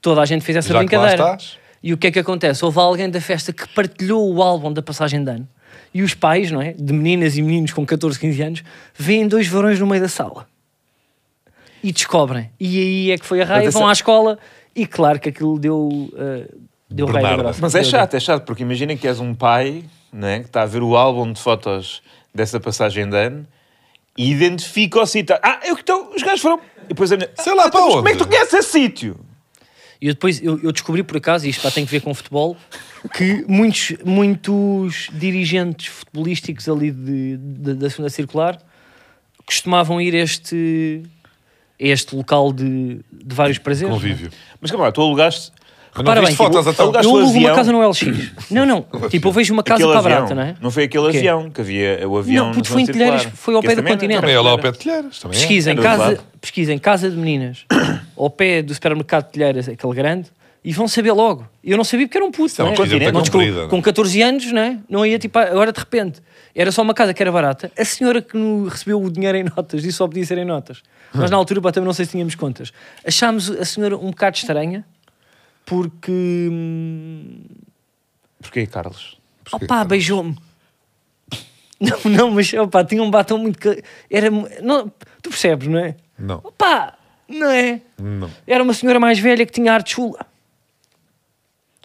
Speaker 1: Toda a gente fez essa
Speaker 2: Já que lá
Speaker 1: brincadeira.
Speaker 2: estás.
Speaker 1: E o que é que acontece? Houve alguém da festa que partilhou o álbum da passagem de ano. E os pais, não é? De meninas e meninos com 14, 15 anos, veem dois varões no meio da sala. E descobrem. E aí é que foi a raia,
Speaker 3: Mas essa-
Speaker 1: vão à escola e claro que aquilo deu. uh, deu raio da
Speaker 2: Bernarda.
Speaker 1: grossa.
Speaker 3: Mas é
Speaker 1: Deu-
Speaker 3: chato, é chato, porque imagina que és um pai né, que está a ver o álbum de fotos dessa passagem de ano e identifica o sítio. Ah, eu, então os gajos foram. E depois a minha,
Speaker 2: Sei lá
Speaker 3: "Ah, então,
Speaker 2: para onde?"
Speaker 3: mas Como é que tu conheces esse sítio?
Speaker 1: E eu depois eu, eu descobri por acaso, e isto pá, tem que ver com futebol, que muitos, muitos dirigentes futebolísticos ali de, de- da segunda circular costumavam ir a este, este local de, de vários prazeres. é?
Speaker 2: Convívio.
Speaker 3: Mas calma lá, tu alugaste.
Speaker 2: Mas não
Speaker 1: Repara
Speaker 2: viste
Speaker 1: bem,
Speaker 2: fotos então? até
Speaker 3: tipo,
Speaker 1: Eu
Speaker 3: alugaste- Acho que o
Speaker 1: alugo uma
Speaker 3: avião-
Speaker 1: casa no LX. Não, não. tipo, eu vejo uma casa
Speaker 3: aquele
Speaker 1: para
Speaker 3: avião.
Speaker 1: barata, não é?
Speaker 3: Não foi aquele
Speaker 1: O quê?
Speaker 3: avião que havia o avião.
Speaker 1: Não,
Speaker 3: na
Speaker 1: puto,
Speaker 3: zona
Speaker 1: foi em
Speaker 3: circular.
Speaker 1: Telheiras, foi ao
Speaker 3: Que
Speaker 1: pé
Speaker 3: esse
Speaker 1: do
Speaker 3: também não
Speaker 1: continente.
Speaker 3: era-
Speaker 2: Também é lá ao pé de telheiras. Também é.
Speaker 1: Pesquisem,
Speaker 3: Era do
Speaker 1: casa,
Speaker 3: lado.
Speaker 1: pesquisem Casa de Meninas, ao pé do supermercado de Telheiras, aquele grande, e vão saber logo. Eu não sabia porque era um puto.
Speaker 2: é uma
Speaker 1: não é?
Speaker 2: pesquisa
Speaker 3: continente.
Speaker 2: até
Speaker 1: Nós
Speaker 2: comprida.
Speaker 1: com, com 14 anos, não é? Não ia tipo, agora de repente. Era só uma casa que era barata. A senhora que no- recebeu o dinheiro em notas disse só podia ser em notas. Nós na altura pá, também não sei se tínhamos contas. Achámos a senhora um bocado estranha porque. hum,
Speaker 3: Porquê, Carlos?
Speaker 1: Opá, beijou-me. [laughs] Não, não, mas opá, tinha um batom muito. ca- Era. mu- Não, tu percebes, não é?
Speaker 2: Não,
Speaker 1: Opá, não é?
Speaker 2: não. O
Speaker 1: Era uma senhora mais velha que tinha arte chula.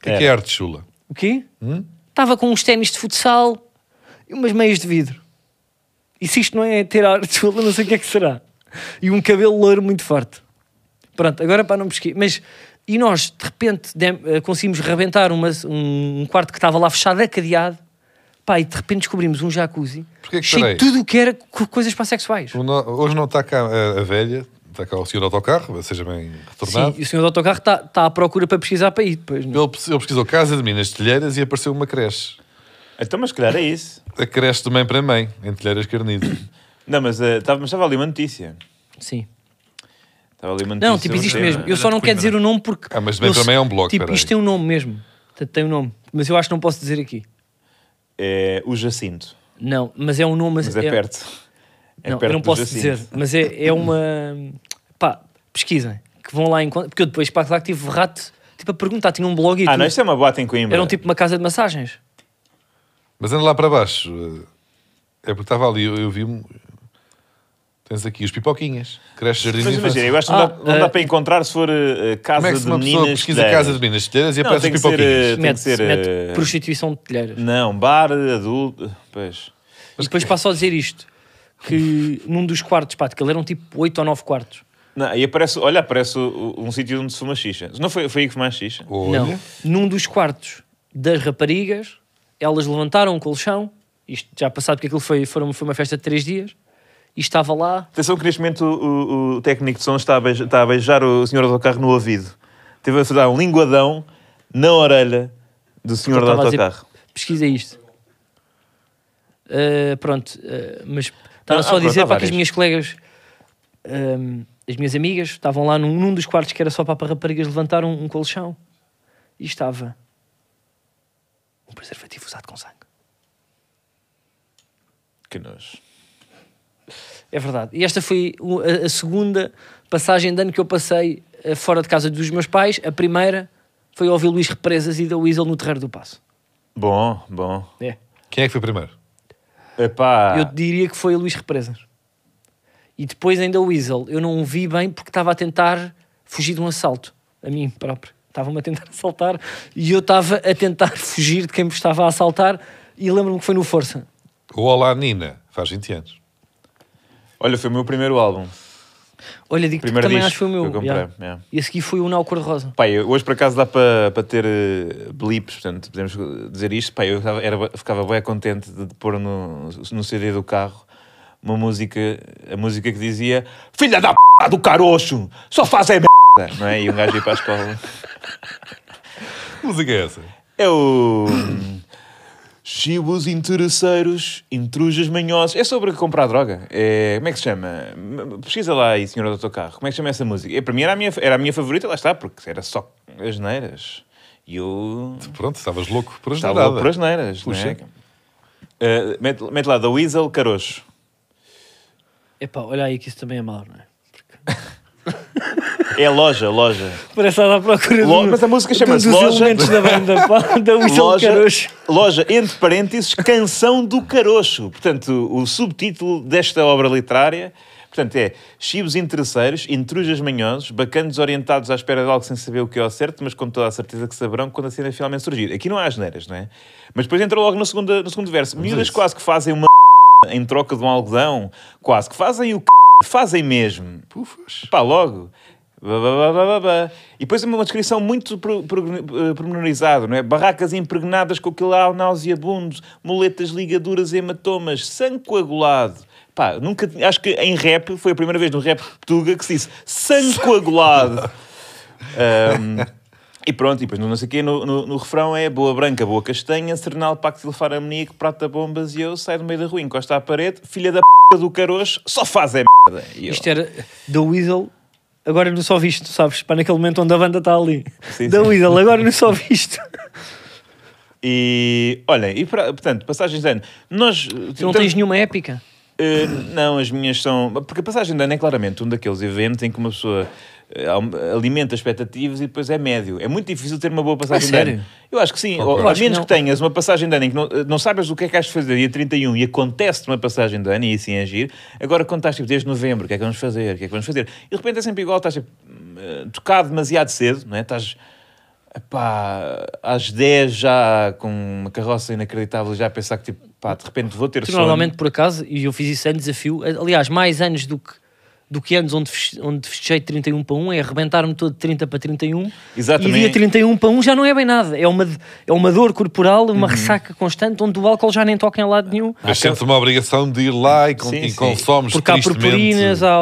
Speaker 2: que é, que é arte chula?
Speaker 1: O quê?
Speaker 2: Hum?
Speaker 1: Estava com uns ténis de futsal e umas meias de vidro. E se isto não é ter arte chula, não sei o que é que será. E um cabelo loiro muito forte. Pronto, agora para não pesquisar. Mas, e nós, de repente, dem- eh, conseguimos rebentar uma- um quarto que estava lá fechado, acadeado. Pá, e de repente descobrimos um jacuzzi
Speaker 2: Porquê que
Speaker 1: cheio de
Speaker 2: peraí?
Speaker 1: tudo o que era co- coisas para sexuais.
Speaker 2: Tu não- Hoje não está cá a, a velha, está cá o senhor autocarro, seja bem
Speaker 1: Sim,
Speaker 2: retornado.
Speaker 1: e o senhor do autocarro está está à procura para pesquisar para ir depois. não é?
Speaker 2: Ele, pes- ele pesquisou casa de Minas de Telheiras e apareceu uma creche.
Speaker 3: Então, mas se calhar é isso.
Speaker 2: A creche de mãe para mãe, em Telheiras Carnido.
Speaker 3: Não, mas eh, estava mas estava ali uma notícia.
Speaker 1: Sim.
Speaker 3: Estava ali uma notícia.
Speaker 1: Não, tipo,
Speaker 3: sobre
Speaker 1: existe
Speaker 3: o tema.
Speaker 1: mesmo. Eu só não
Speaker 4: Coimbra.
Speaker 1: quero dizer o nome porque.
Speaker 2: Ah, mas bem
Speaker 1: eu
Speaker 2: para
Speaker 1: se-
Speaker 2: mim é um blog,
Speaker 1: Tipo,
Speaker 2: peraí.
Speaker 1: isto tem um nome mesmo. Portanto, Tem um nome. Mas eu acho que não posso dizer aqui.
Speaker 3: É o Jacinto.
Speaker 1: Não, mas é um nome.
Speaker 3: Mas é, perto. É
Speaker 1: não,
Speaker 3: perto
Speaker 1: eu não
Speaker 3: do
Speaker 1: posso
Speaker 3: Jacinto.
Speaker 1: dizer. Mas é, é uma. Pá, pesquisem. Que vão lá encontrar. Porque eu depois, pá, lá que tive rato. Tipo, a perguntar. Tinha um blog e
Speaker 3: Ah,
Speaker 1: tudo.
Speaker 3: não, isto é uma boate em Coimbra.
Speaker 1: Era um tipo uma casa de massagens.
Speaker 2: Mas anda lá para baixo. É porque estava ali, eu, eu vi. um- Tens aqui os pipoquinhas. Creche Jardim de
Speaker 3: Mas
Speaker 2: Infância.
Speaker 3: imagina, eu acho que
Speaker 1: Ah,
Speaker 3: não, dá, não dá
Speaker 1: eh,
Speaker 3: para encontrar se for eh, eh, Casa
Speaker 2: Como é que se
Speaker 3: de
Speaker 2: uma pessoa
Speaker 3: Meninas. eh,
Speaker 2: pesquisa
Speaker 3: Telheiras.
Speaker 2: casa de Minas de Telheiras e
Speaker 3: Não,
Speaker 2: aparece
Speaker 3: tem
Speaker 2: os
Speaker 3: que ser,
Speaker 2: pipoquinhas?
Speaker 3: eh,
Speaker 1: Mete,
Speaker 3: ser,
Speaker 1: mete
Speaker 3: eh,
Speaker 1: prostituição de telheiras.
Speaker 3: Não, bar, adulto. Pois.
Speaker 1: E depois passo só dizer isto.
Speaker 3: [laughs]
Speaker 1: Que num dos quartos, pá, que ele eram tipo 8 ou 9 quartos.
Speaker 3: Não, e aparece, olha, aparece o- o- um sítio onde se fuma xixa. Não foi, foi aí que fumaste xixa?
Speaker 2: Olha.
Speaker 1: Não. Num dos quartos das raparigas, elas levantaram um colchão, isto já passado porque aquilo foi, foram, foi uma festa de três dias, e estava lá.
Speaker 3: Atenção que neste momento o, o- o técnico de som está a, beijar, está a beijar o senhor do autocarro no ouvido. Teve a dar um linguadão na orelha do senhor do
Speaker 1: estava a dizer-
Speaker 3: autocarro.
Speaker 1: Pesquisa isto. Ah, pronto, ah, mas estava
Speaker 3: Não,
Speaker 1: só
Speaker 3: ah,
Speaker 1: a dizer
Speaker 3: pronto, há
Speaker 1: para que as
Speaker 3: várias.
Speaker 1: minhas colegas, ahm, as minhas amigas, estavam lá num, num dos quartos que era só para para raparigas levantar um, um colchão e estava um preservativo usado com sangue.
Speaker 3: Que nojo.
Speaker 1: É verdade. E esta foi o- a, a segunda passagem de ano que eu passei eh, fora de casa dos meus pais. A primeira foi ouvir Luís Represas e da Weasel no Terreiro do Passo.
Speaker 3: Bom, bom.
Speaker 1: É.
Speaker 3: eh,
Speaker 2: Quem é que foi primeiro?
Speaker 3: Epá.
Speaker 1: Eu diria que foi a Luís Represas. E depois ainda o Weasel. Eu não o vi bem porque estava a tentar fugir de um assalto. A mim próprio. Estava-me a tentar [laughs] assaltar e eu estava a tentar fugir de quem me estava a assaltar. E lembro-me que foi no Força.
Speaker 2: O Olá Nina, faz 20 anos.
Speaker 3: Olha, foi o meu primeiro álbum.
Speaker 1: Olha, digo que
Speaker 3: Primeiro
Speaker 1: também
Speaker 3: disco
Speaker 1: acho que foi o
Speaker 3: que eu
Speaker 1: meu.
Speaker 3: comprei,
Speaker 1: yeah.
Speaker 3: yeah.
Speaker 1: E a seguir foi o Nau Cor-de-Rosa.
Speaker 3: Pá, eu- hoje por acaso dá para para ter eh, blips, portanto, podemos dizer isto. Pá, eu estava- era- ficava bem contente de pôr no, no CD do carro uma música, a música que dizia Filha da p do carocho, só faz é merda, não é? E um gajo ia para a escola.
Speaker 2: Que música é essa?
Speaker 3: É o. Chibos interesseiros, intrujas manhosos. É sobre comprar droga. É, como é que se chama? M- Pesquisa lá aí, senhora do autocarro. Como é que se chama essa música? É, para mim era a, minha, era a minha favorita, lá está, porque era só as neiras. E eu.
Speaker 2: Pronto, estavas louco por é?
Speaker 3: Estava
Speaker 2: asneirada.
Speaker 3: louco por as neiras.
Speaker 2: Puxa.
Speaker 3: Né? Eh, mete, mete lá, da Weasel Carocho.
Speaker 1: Epá, olha aí que isso também é mau, não é?
Speaker 3: É loja, loja.
Speaker 1: Parece estar à procura
Speaker 3: Lo-
Speaker 1: do-
Speaker 3: mas a música
Speaker 1: de
Speaker 3: chama-se
Speaker 1: um dos
Speaker 3: Loja.
Speaker 1: elementos da banda, pá,
Speaker 3: [laughs]
Speaker 1: da Weasel
Speaker 3: Loja,
Speaker 1: Carocho.
Speaker 3: loja, entre parênteses, Canção do Carocho. Portanto, o subtítulo desta obra literária portanto, é Chibos interesseiros, intrujas manhosos, bacanos orientados à espera de algo sem saber o que é ao certo, mas com toda a certeza que saberão quando a cena finalmente surgir. Aqui não há asneiras, não é? Mas depois entra logo no, segunda, no segundo verso. Miúdas quase que fazem uma em troca de um algodão, quase que fazem o c... Fazem mesmo.
Speaker 2: Pufas.
Speaker 3: Pá, logo. Bá, bá, bá, bá, bá, bá. E depois uma descrição muito pro- pro- eh, pormenorizada, não é? Barracas impregnadas com aquilo lá nauseabundo, moletas, ligaduras, hematomas, sangue coagulado. Pá, nunca, tinha- acho que em rap, foi a primeira vez no rap portuga que se disse sangue coagulado. Ahm, e pronto, e depois no não sei quê, no, no, no refrão é boa branca, boa castanha, serenal, pacto de amoníaco, prata bombas e eu saio do meio da rua, encosta à parede, filha da p do caroço, só faz é merda. E eu,
Speaker 1: Isto era The Weasel, agora no só visto, sabes? Para naquele momento onde a banda está ali.
Speaker 3: Sim,
Speaker 1: The
Speaker 3: sim.
Speaker 1: Weasel, agora no só visto.
Speaker 3: E olhem, e pra- portanto, passagens de ano. Nós.
Speaker 1: Tu não tens nenhuma épica?
Speaker 3: Eh, não, as minhas são. Porque a passagem de ano é claramente um daqueles eventos em que uma pessoa eh, aum- alimenta expectativas e depois é médio. É muito difícil ter uma boa passagem
Speaker 1: A
Speaker 3: de
Speaker 1: É sério?
Speaker 3: ano. Eu acho que sim. Ou-
Speaker 1: Eu
Speaker 3: a
Speaker 1: acho que
Speaker 3: menos
Speaker 1: não.
Speaker 3: que, tenhas uma passagem de ano em que não, eh, não sabes o que é que has de fazer dia 31 e acontece uma passagem de ano e assim agir. Agora, quando estás tipo, desde novembro, o que é que vamos fazer? O que é que vamos fazer? E de repente é sempre igual, estás tipo, eh, tocado demasiado cedo, não é? Estás. Epá, às 10 já com uma carroça inacreditável, já a pensar que tipo, pá, de repente vou ter
Speaker 1: Tu Tipo,
Speaker 3: sono.
Speaker 1: normalmente, por acaso, e eu fiz isso em desafio, aliás, mais anos do que, do que anos onde, feste- onde festejei de 31 para 1, é arrebentar-me todo de 30 para 31.
Speaker 3: Exatamente.
Speaker 1: E dia 31 para 1 já não é bem nada. É uma, é uma dor corporal,
Speaker 3: Uhum.
Speaker 1: uma ressaca constante, onde o álcool já nem toca em lado nenhum.
Speaker 2: Mas sente uma obrigação de ir lá e, con-
Speaker 3: Ah, Sim,
Speaker 2: e
Speaker 3: sim.
Speaker 2: consomes
Speaker 1: Porque há
Speaker 2: tristemente.
Speaker 1: purpurinas, há,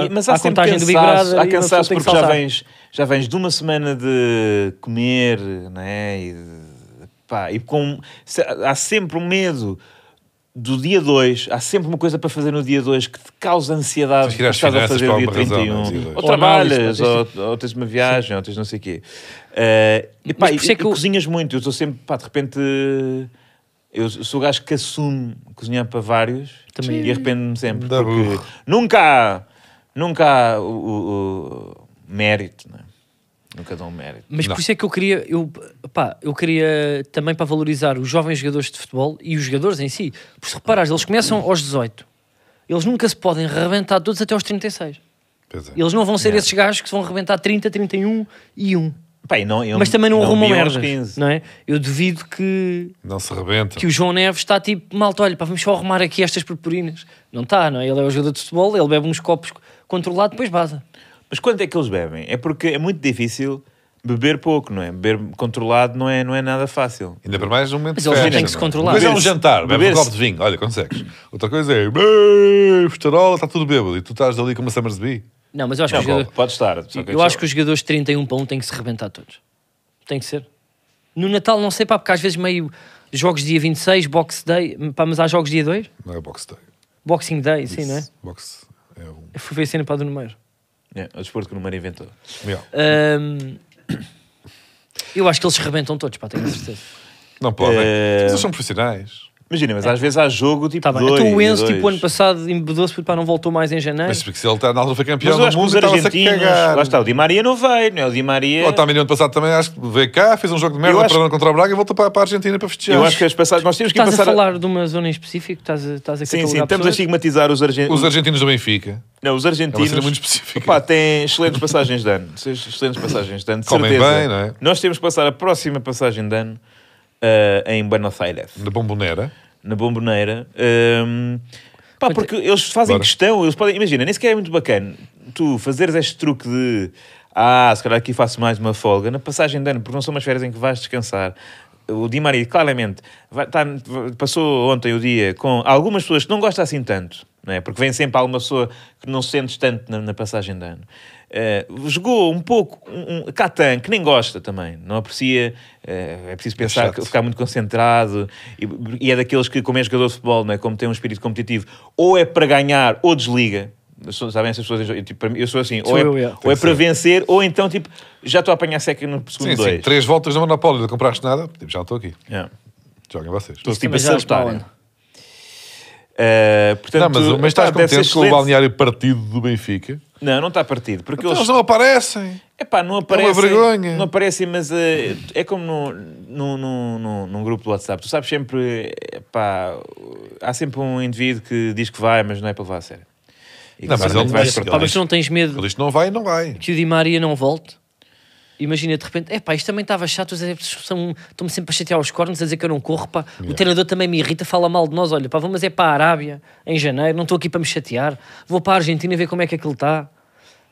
Speaker 1: há,
Speaker 3: E- mas
Speaker 1: há
Speaker 3: há
Speaker 1: a
Speaker 3: sempre
Speaker 1: contagem do Big
Speaker 3: cansaço,
Speaker 1: Brother.
Speaker 3: há
Speaker 1: e uma pessoa
Speaker 3: cansaço
Speaker 1: tem que
Speaker 3: porque já
Speaker 1: saltar.
Speaker 3: vens, já vens de uma semana de comer, né? E, de- pá, e com, se- há sempre um medo do dia 2, há sempre uma coisa para fazer no dia 2 que te causa ansiedade
Speaker 2: Tens que ir às
Speaker 3: estás a
Speaker 2: finanças
Speaker 3: fazer
Speaker 2: por
Speaker 3: no dia
Speaker 2: alguma razão,
Speaker 3: 31.
Speaker 2: não é? Dia dois.
Speaker 3: ou
Speaker 1: Ou análise,
Speaker 3: trabalhas,
Speaker 1: ou
Speaker 3: ou, ou tens uma viagem, ou tens não sei o quê. Eh, e, pá,
Speaker 1: Mas por
Speaker 3: e-
Speaker 1: isso é
Speaker 3: e
Speaker 1: que eu-
Speaker 3: cozinhas muito, eu estou sempre, pá, de repente... Eu sou o gajo que assume cozinhar para vários
Speaker 1: Também. é.
Speaker 3: e arrependo-me sempre.
Speaker 2: Dá
Speaker 3: porque
Speaker 2: burro.
Speaker 3: Nunca há, nunca há o, o- o mérito, né? Nunca dão mérito.
Speaker 1: Mas
Speaker 2: Não.
Speaker 1: por isso é que eu queria, eu, pá, eu queria também para valorizar os jovens jogadores de futebol e os jogadores em si. Porque se reparares, eles começam aos 18. Eles nunca se podem rebentar todos até aos 36.
Speaker 2: Pois é.
Speaker 1: Eles não vão ser esses gajos que se vão rebentar 30, 31 e 1.
Speaker 3: Pá, e não, eu-
Speaker 1: Mas também não, arrumam
Speaker 3: vi é um aos
Speaker 1: merdas,
Speaker 3: 15.
Speaker 1: não é? Eu duvido que,
Speaker 2: Não se rebenta.
Speaker 1: que o João Neves está tipo, malta, olha, pá, vamos só arrumar aqui estas purpurinas. Não está, não é? Ele é o jogador de futebol, ele bebe uns copos controlado, depois vaza.
Speaker 3: Mas quanto é que eles bebem? É porque é muito difícil beber pouco, não é? Beber controlado não é, não é nada fácil.
Speaker 2: Ainda para mais um momento
Speaker 1: Mas
Speaker 2: de
Speaker 1: eles
Speaker 2: festa.
Speaker 1: têm que se
Speaker 2: não é?
Speaker 1: controlar.
Speaker 2: Uma coisa é um
Speaker 3: Beber-se-
Speaker 2: jantar, bebe um
Speaker 3: beber-se.
Speaker 2: copo de vinho. Olha, consegues. Outra coisa é... "Bem, Festarola, está tudo bêbado. E tu estás ali com uma Summersby.
Speaker 1: Não, mas eu acho
Speaker 3: Não,
Speaker 1: que o jogador...
Speaker 3: É pode estar. só
Speaker 1: Eu acho que os jogadores de 31 para 1 têm que se rebentar todos. Tem que ser. No Natal, não sei, pá, porque às vezes meio jogos dia 26, Box Day, pá, mas há jogos dia 2?
Speaker 2: Não é boxe day.
Speaker 1: Boxing Day, sim, não é?
Speaker 2: Boxe é um...
Speaker 1: Eu fui ver a cena para do número.
Speaker 3: É, o desporto que o Numeiro inventou.
Speaker 2: Legal.
Speaker 1: [coughs] eu acho que eles se rebentam todos, pá, tenho a certeza.
Speaker 2: Não podem.
Speaker 3: É.
Speaker 2: Mas eles são profissionais.
Speaker 3: Imagina, mas às vezes há jogo tipo
Speaker 1: Tá bem.
Speaker 3: dois,
Speaker 1: Então o Enzo,
Speaker 3: dois.
Speaker 1: tipo, ano passado embedou-se, porque pá, não voltou mais em janeiro.
Speaker 2: Mas porque se ele está na altura foi
Speaker 3: Mas
Speaker 2: campeão
Speaker 3: eu acho
Speaker 2: do
Speaker 3: que
Speaker 2: mundo
Speaker 3: os
Speaker 2: e estava-se a
Speaker 3: argentinos... Lá
Speaker 2: cagar. Oh, tá,
Speaker 3: está, o Di Maria não veio, não é? O Di Maria...
Speaker 2: O Otamendi ano passado também acho que veio cá, fez um jogo de merda,
Speaker 3: Eu acho-
Speaker 2: perdeu contra o Braga e voltou para, para a Argentina para festejar.
Speaker 3: Eu acho que as passagens... Nós temos que ir
Speaker 1: Estás a
Speaker 3: passar...
Speaker 1: falar de uma zona em específico? Estás a, estás a
Speaker 3: Sim, sim,
Speaker 1: catalogar
Speaker 3: estamos a
Speaker 1: pessoas?
Speaker 3: estigmatizar os, argen...
Speaker 2: Os argentinos do Benfica.
Speaker 3: Não, os
Speaker 2: É uma
Speaker 3: argentinos.
Speaker 2: cena muito específica.
Speaker 3: Opá, têm excelentes passagens de ano. Vocês- Excelentes passagens de ano. de
Speaker 2: Comem
Speaker 3: certeza.
Speaker 2: bem, não é?
Speaker 3: Nós temos que passar a próxima passagem de ano ah, em Buenos Aires,
Speaker 2: Na bombonera.
Speaker 3: na Bomboneira. Ahm, pá, porque eles fazem
Speaker 2: Bora.
Speaker 3: questão, eles podem. Imagina, nem sequer é muito bacana tu fazeres este truque de. Ah, se calhar aqui faço mais uma folga na passagem de ano, porque não são umas férias em que vais descansar. O Di Maria, claramente, vai- tá- passou ontem o dia com algumas pessoas que não gostam assim tanto, não é? porque vem sempre alguma pessoa que não se sentes tanto na, na passagem de ano. Eh, jogou um pouco um, um Catan, que nem gosta também, não aprecia, eh, é preciso pensar,
Speaker 2: chato.
Speaker 3: que- ficar muito concentrado e, e é daqueles que, como é jogador de futebol, não é? como tem um espírito competitivo, ou é para ganhar ou desliga. Sou- Sabem essas pessoas? Eu, tipo, para mim- eu sou assim, ou
Speaker 1: Sou
Speaker 3: é,
Speaker 1: eu, é.
Speaker 3: ou é
Speaker 2: Sim,
Speaker 3: para
Speaker 2: sim.
Speaker 3: vencer, ou então tipo, já estou a apanhar seca no segundo
Speaker 2: Sim, sim.
Speaker 3: dois.
Speaker 2: Três voltas no Monopólio, não compraste nada. Tipo, já não estou aqui.
Speaker 3: É.
Speaker 2: Joguem vocês.
Speaker 3: Estou tipo
Speaker 1: Também
Speaker 3: a
Speaker 1: já é acho
Speaker 3: sabotar.
Speaker 1: mau ano.
Speaker 3: Eh, portanto,
Speaker 2: Não, mas, mas
Speaker 3: pá,
Speaker 2: estás
Speaker 3: deve ser
Speaker 2: contente com o
Speaker 3: excelente.
Speaker 2: balneário partido do Benfica?
Speaker 3: Não, não está partido. Porque
Speaker 2: Então
Speaker 3: eles,
Speaker 2: eles não aparecem.
Speaker 3: Epá, não aparecem.
Speaker 2: vergonha.
Speaker 3: Não aparecem, mas eh, é como no, no, no, no- num grupo do WhatsApp. Tu sabes sempre, epá, há sempre um indivíduo que diz que vai, mas não é para levar a sério. E que
Speaker 2: Não, mas
Speaker 3: claramente
Speaker 2: ele
Speaker 3: vai
Speaker 2: disse que
Speaker 3: cortar.
Speaker 1: Pá, mas tu não tens medo
Speaker 2: Ele diz não vai, não vai.
Speaker 1: que o Di Maria não volte? Imagina de repente, é pá, isto também estava chato, os adeptos são- estão-me sempre a chatear os cornos, a dizer que eu não corro, pá. O treinador também me irrita, fala mal de nós, olha, pá, vamos é para a Arábia em janeiro, não estou aqui para me chatear, vou para a Argentina ver como é que aquilo está.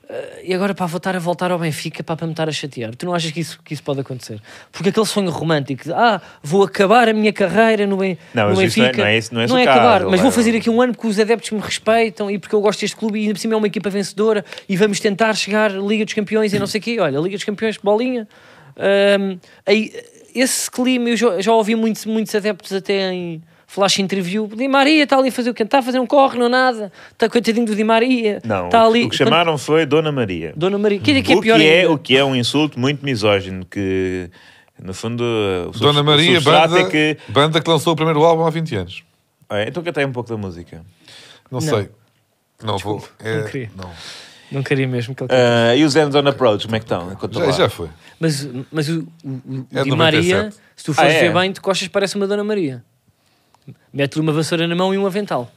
Speaker 1: eh, e agora pá, vou estar a voltar ao Benfica pá, para me estar a chatear. Tu não achas que isso, que isso pode acontecer? Porque aquele sonho romântico de ah, vou acabar a minha carreira no, Ben-
Speaker 3: Não,
Speaker 1: no
Speaker 3: mas isso não é-
Speaker 1: Benfica.
Speaker 3: não é esse- não é esse o
Speaker 1: acabar,
Speaker 3: caso,
Speaker 1: mas vou
Speaker 3: Leila.
Speaker 1: fazer aqui um ano porque os adeptos me respeitam e porque eu gosto deste clube e ainda por cima é uma equipa vencedora e vamos tentar chegar à Liga dos Campeões e não sei o quê. Olha, Liga dos Campeões, bolinha. Ahm, aí, esse clima, eu já, já ouvi muitos, muitos adeptos até em flash interview. Di Maria está ali a fazer o quê? Está a fazer um corre, não nada. Está coitadinho do Di Maria.
Speaker 3: Não,
Speaker 1: está
Speaker 3: o-
Speaker 1: Tá ali.
Speaker 3: o que chamaram foi Dona Maria.
Speaker 1: Dona Maria. Que, que é
Speaker 3: o, que
Speaker 1: pior
Speaker 3: é,
Speaker 1: ainda.
Speaker 3: o que é um insulto muito misógino, que no fundo o subs-
Speaker 2: Dona Maria,
Speaker 3: o substrato
Speaker 2: banda,
Speaker 3: é que...
Speaker 2: banda que lançou o primeiro álbum há 20 anos.
Speaker 3: Ah, então cantei um pouco da música.
Speaker 2: Não, sei. Não vou. É,
Speaker 1: não queria.
Speaker 2: não.
Speaker 1: Não queria mesmo que ele...
Speaker 3: Ah, e os Ends on Approach, como é que estão? Enquanto estou
Speaker 2: Já,
Speaker 3: lá.
Speaker 2: já foi.
Speaker 1: Mas, mas o, o- o
Speaker 2: É de
Speaker 1: Di Maria,
Speaker 2: 97.
Speaker 1: se tu fores
Speaker 3: Ah, é?
Speaker 1: ver bem, tu coxas parece uma Dona Maria. Mete-lhe uma vassoura na mão e um avental.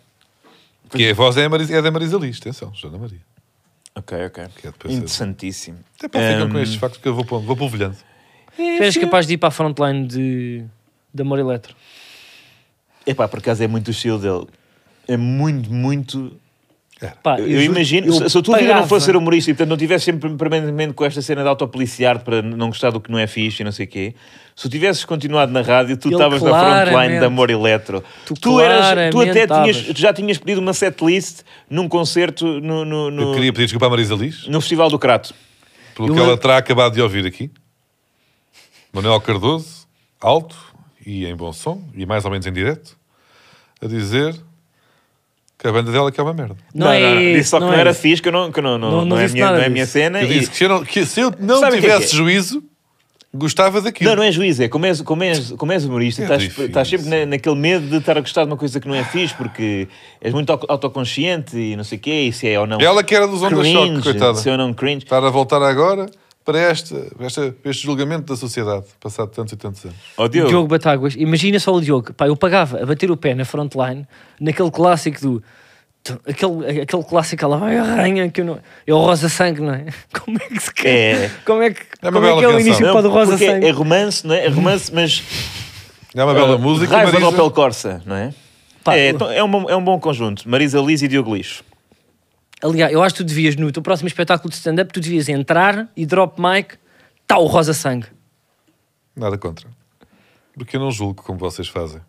Speaker 2: Que é a voz é, a Marisa, é da Marisa Liz, atenção, Joana Maria.
Speaker 3: Ok, ok.
Speaker 2: Que é de princesa.
Speaker 3: Interessantíssimo.
Speaker 2: Até para ficar
Speaker 3: Ahm,
Speaker 2: com estes factos que eu vou, pondo, vou polvilhando.
Speaker 1: Tu eras capaz de ir para a frontline de, de Amor Eletro.
Speaker 3: Epá, por acaso é muito o estilo dele. É muito, muito.
Speaker 1: Pá,
Speaker 3: Eu,
Speaker 1: juro-
Speaker 3: imagino.
Speaker 1: Ah, eu
Speaker 3: se se a tua vida não
Speaker 1: pagava.
Speaker 3: fosse ser um- humorista e portanto não tivesse sempre permanentemente com esta cena de autopoliciar para não gostar do que não é fixe e não sei o quê. Se tu tivesses continuado na rádio, tu
Speaker 1: Ele
Speaker 3: estavas na
Speaker 1: claramente-
Speaker 3: frontline de Amor Eletro.
Speaker 1: Tu
Speaker 3: tu até
Speaker 1: claramente
Speaker 3: tinhas,
Speaker 1: estavas.
Speaker 3: tu já tinhas pedido uma setlist num concerto no, no, no,
Speaker 2: Eu queria pedir desculpa à Marisa Liz,
Speaker 3: no Festival do Crato.
Speaker 2: pelo
Speaker 1: Eu
Speaker 2: que ela
Speaker 1: lembro-
Speaker 2: terá acabado de ouvir aqui. Manuel Cardoso, alto e em bom som, e mais ou menos em direto, a dizer que a banda dela que é uma merda.
Speaker 1: Não, é isso,
Speaker 3: Disse só que não
Speaker 1: é
Speaker 3: era
Speaker 1: isso.
Speaker 3: fixe, que eu não, que eu não, não,
Speaker 1: Não- não
Speaker 3: não é,
Speaker 1: disse
Speaker 3: minha,
Speaker 1: nada
Speaker 3: não é minha
Speaker 1: disso.
Speaker 3: cena.
Speaker 2: Eu
Speaker 3: e-
Speaker 2: disse que se eu não, que se eu não
Speaker 3: Sabe o que é que
Speaker 2: tivesse
Speaker 3: é?
Speaker 2: juízo, gostava daquilo.
Speaker 3: Não, não é juízo, é como és, como és, como és humorista,
Speaker 2: É
Speaker 3: estás,
Speaker 2: difícil.
Speaker 3: estás sempre na- naquele medo de estar a gostar de uma coisa que não é fixe, porque és muito au- autoconsciente e não sei o quê, e se é ou não.
Speaker 2: Ela que era dos Onda Choque,
Speaker 3: cringe,
Speaker 2: coitada.
Speaker 3: Se é ou não cringe.
Speaker 2: Estar a voltar agora para, esta, para esta- para este julgamento da sociedade, passado tantos e tantos anos.
Speaker 3: Oh, Diogo,
Speaker 1: Diogo Batáguas, imagina só o Diogo, pá, eu pagava a bater o pé na frontline, naquele clássico do. t- Aquele, aquele clássico lá, vai arranha, que eu não. É o Rosa Sangue, não é? [laughs] Como é que se quer?
Speaker 3: É.
Speaker 1: Como é que,
Speaker 2: uma
Speaker 1: como é,
Speaker 2: bela
Speaker 1: que é o
Speaker 2: canção.
Speaker 1: início
Speaker 2: Não,
Speaker 1: para o Rosa
Speaker 3: porque
Speaker 1: Sangue?
Speaker 3: é romance, não é? É romance, mas
Speaker 2: É uma bela
Speaker 3: uh,
Speaker 2: música.
Speaker 3: raiva
Speaker 2: Marisa.
Speaker 3: do Opel Corsa, não é?
Speaker 1: Pá,
Speaker 3: é,
Speaker 1: eu-
Speaker 3: então é, um, bom- é um bom conjunto. Marisa Liz e Diogo Lixo.
Speaker 1: Aliás, eu acho que tu devias, no teu próximo espetáculo de stand-up, tu devias entrar e drop mic, tá o Rosa Sangue.
Speaker 2: Nada contra. Porque eu não julgo como vocês fazem.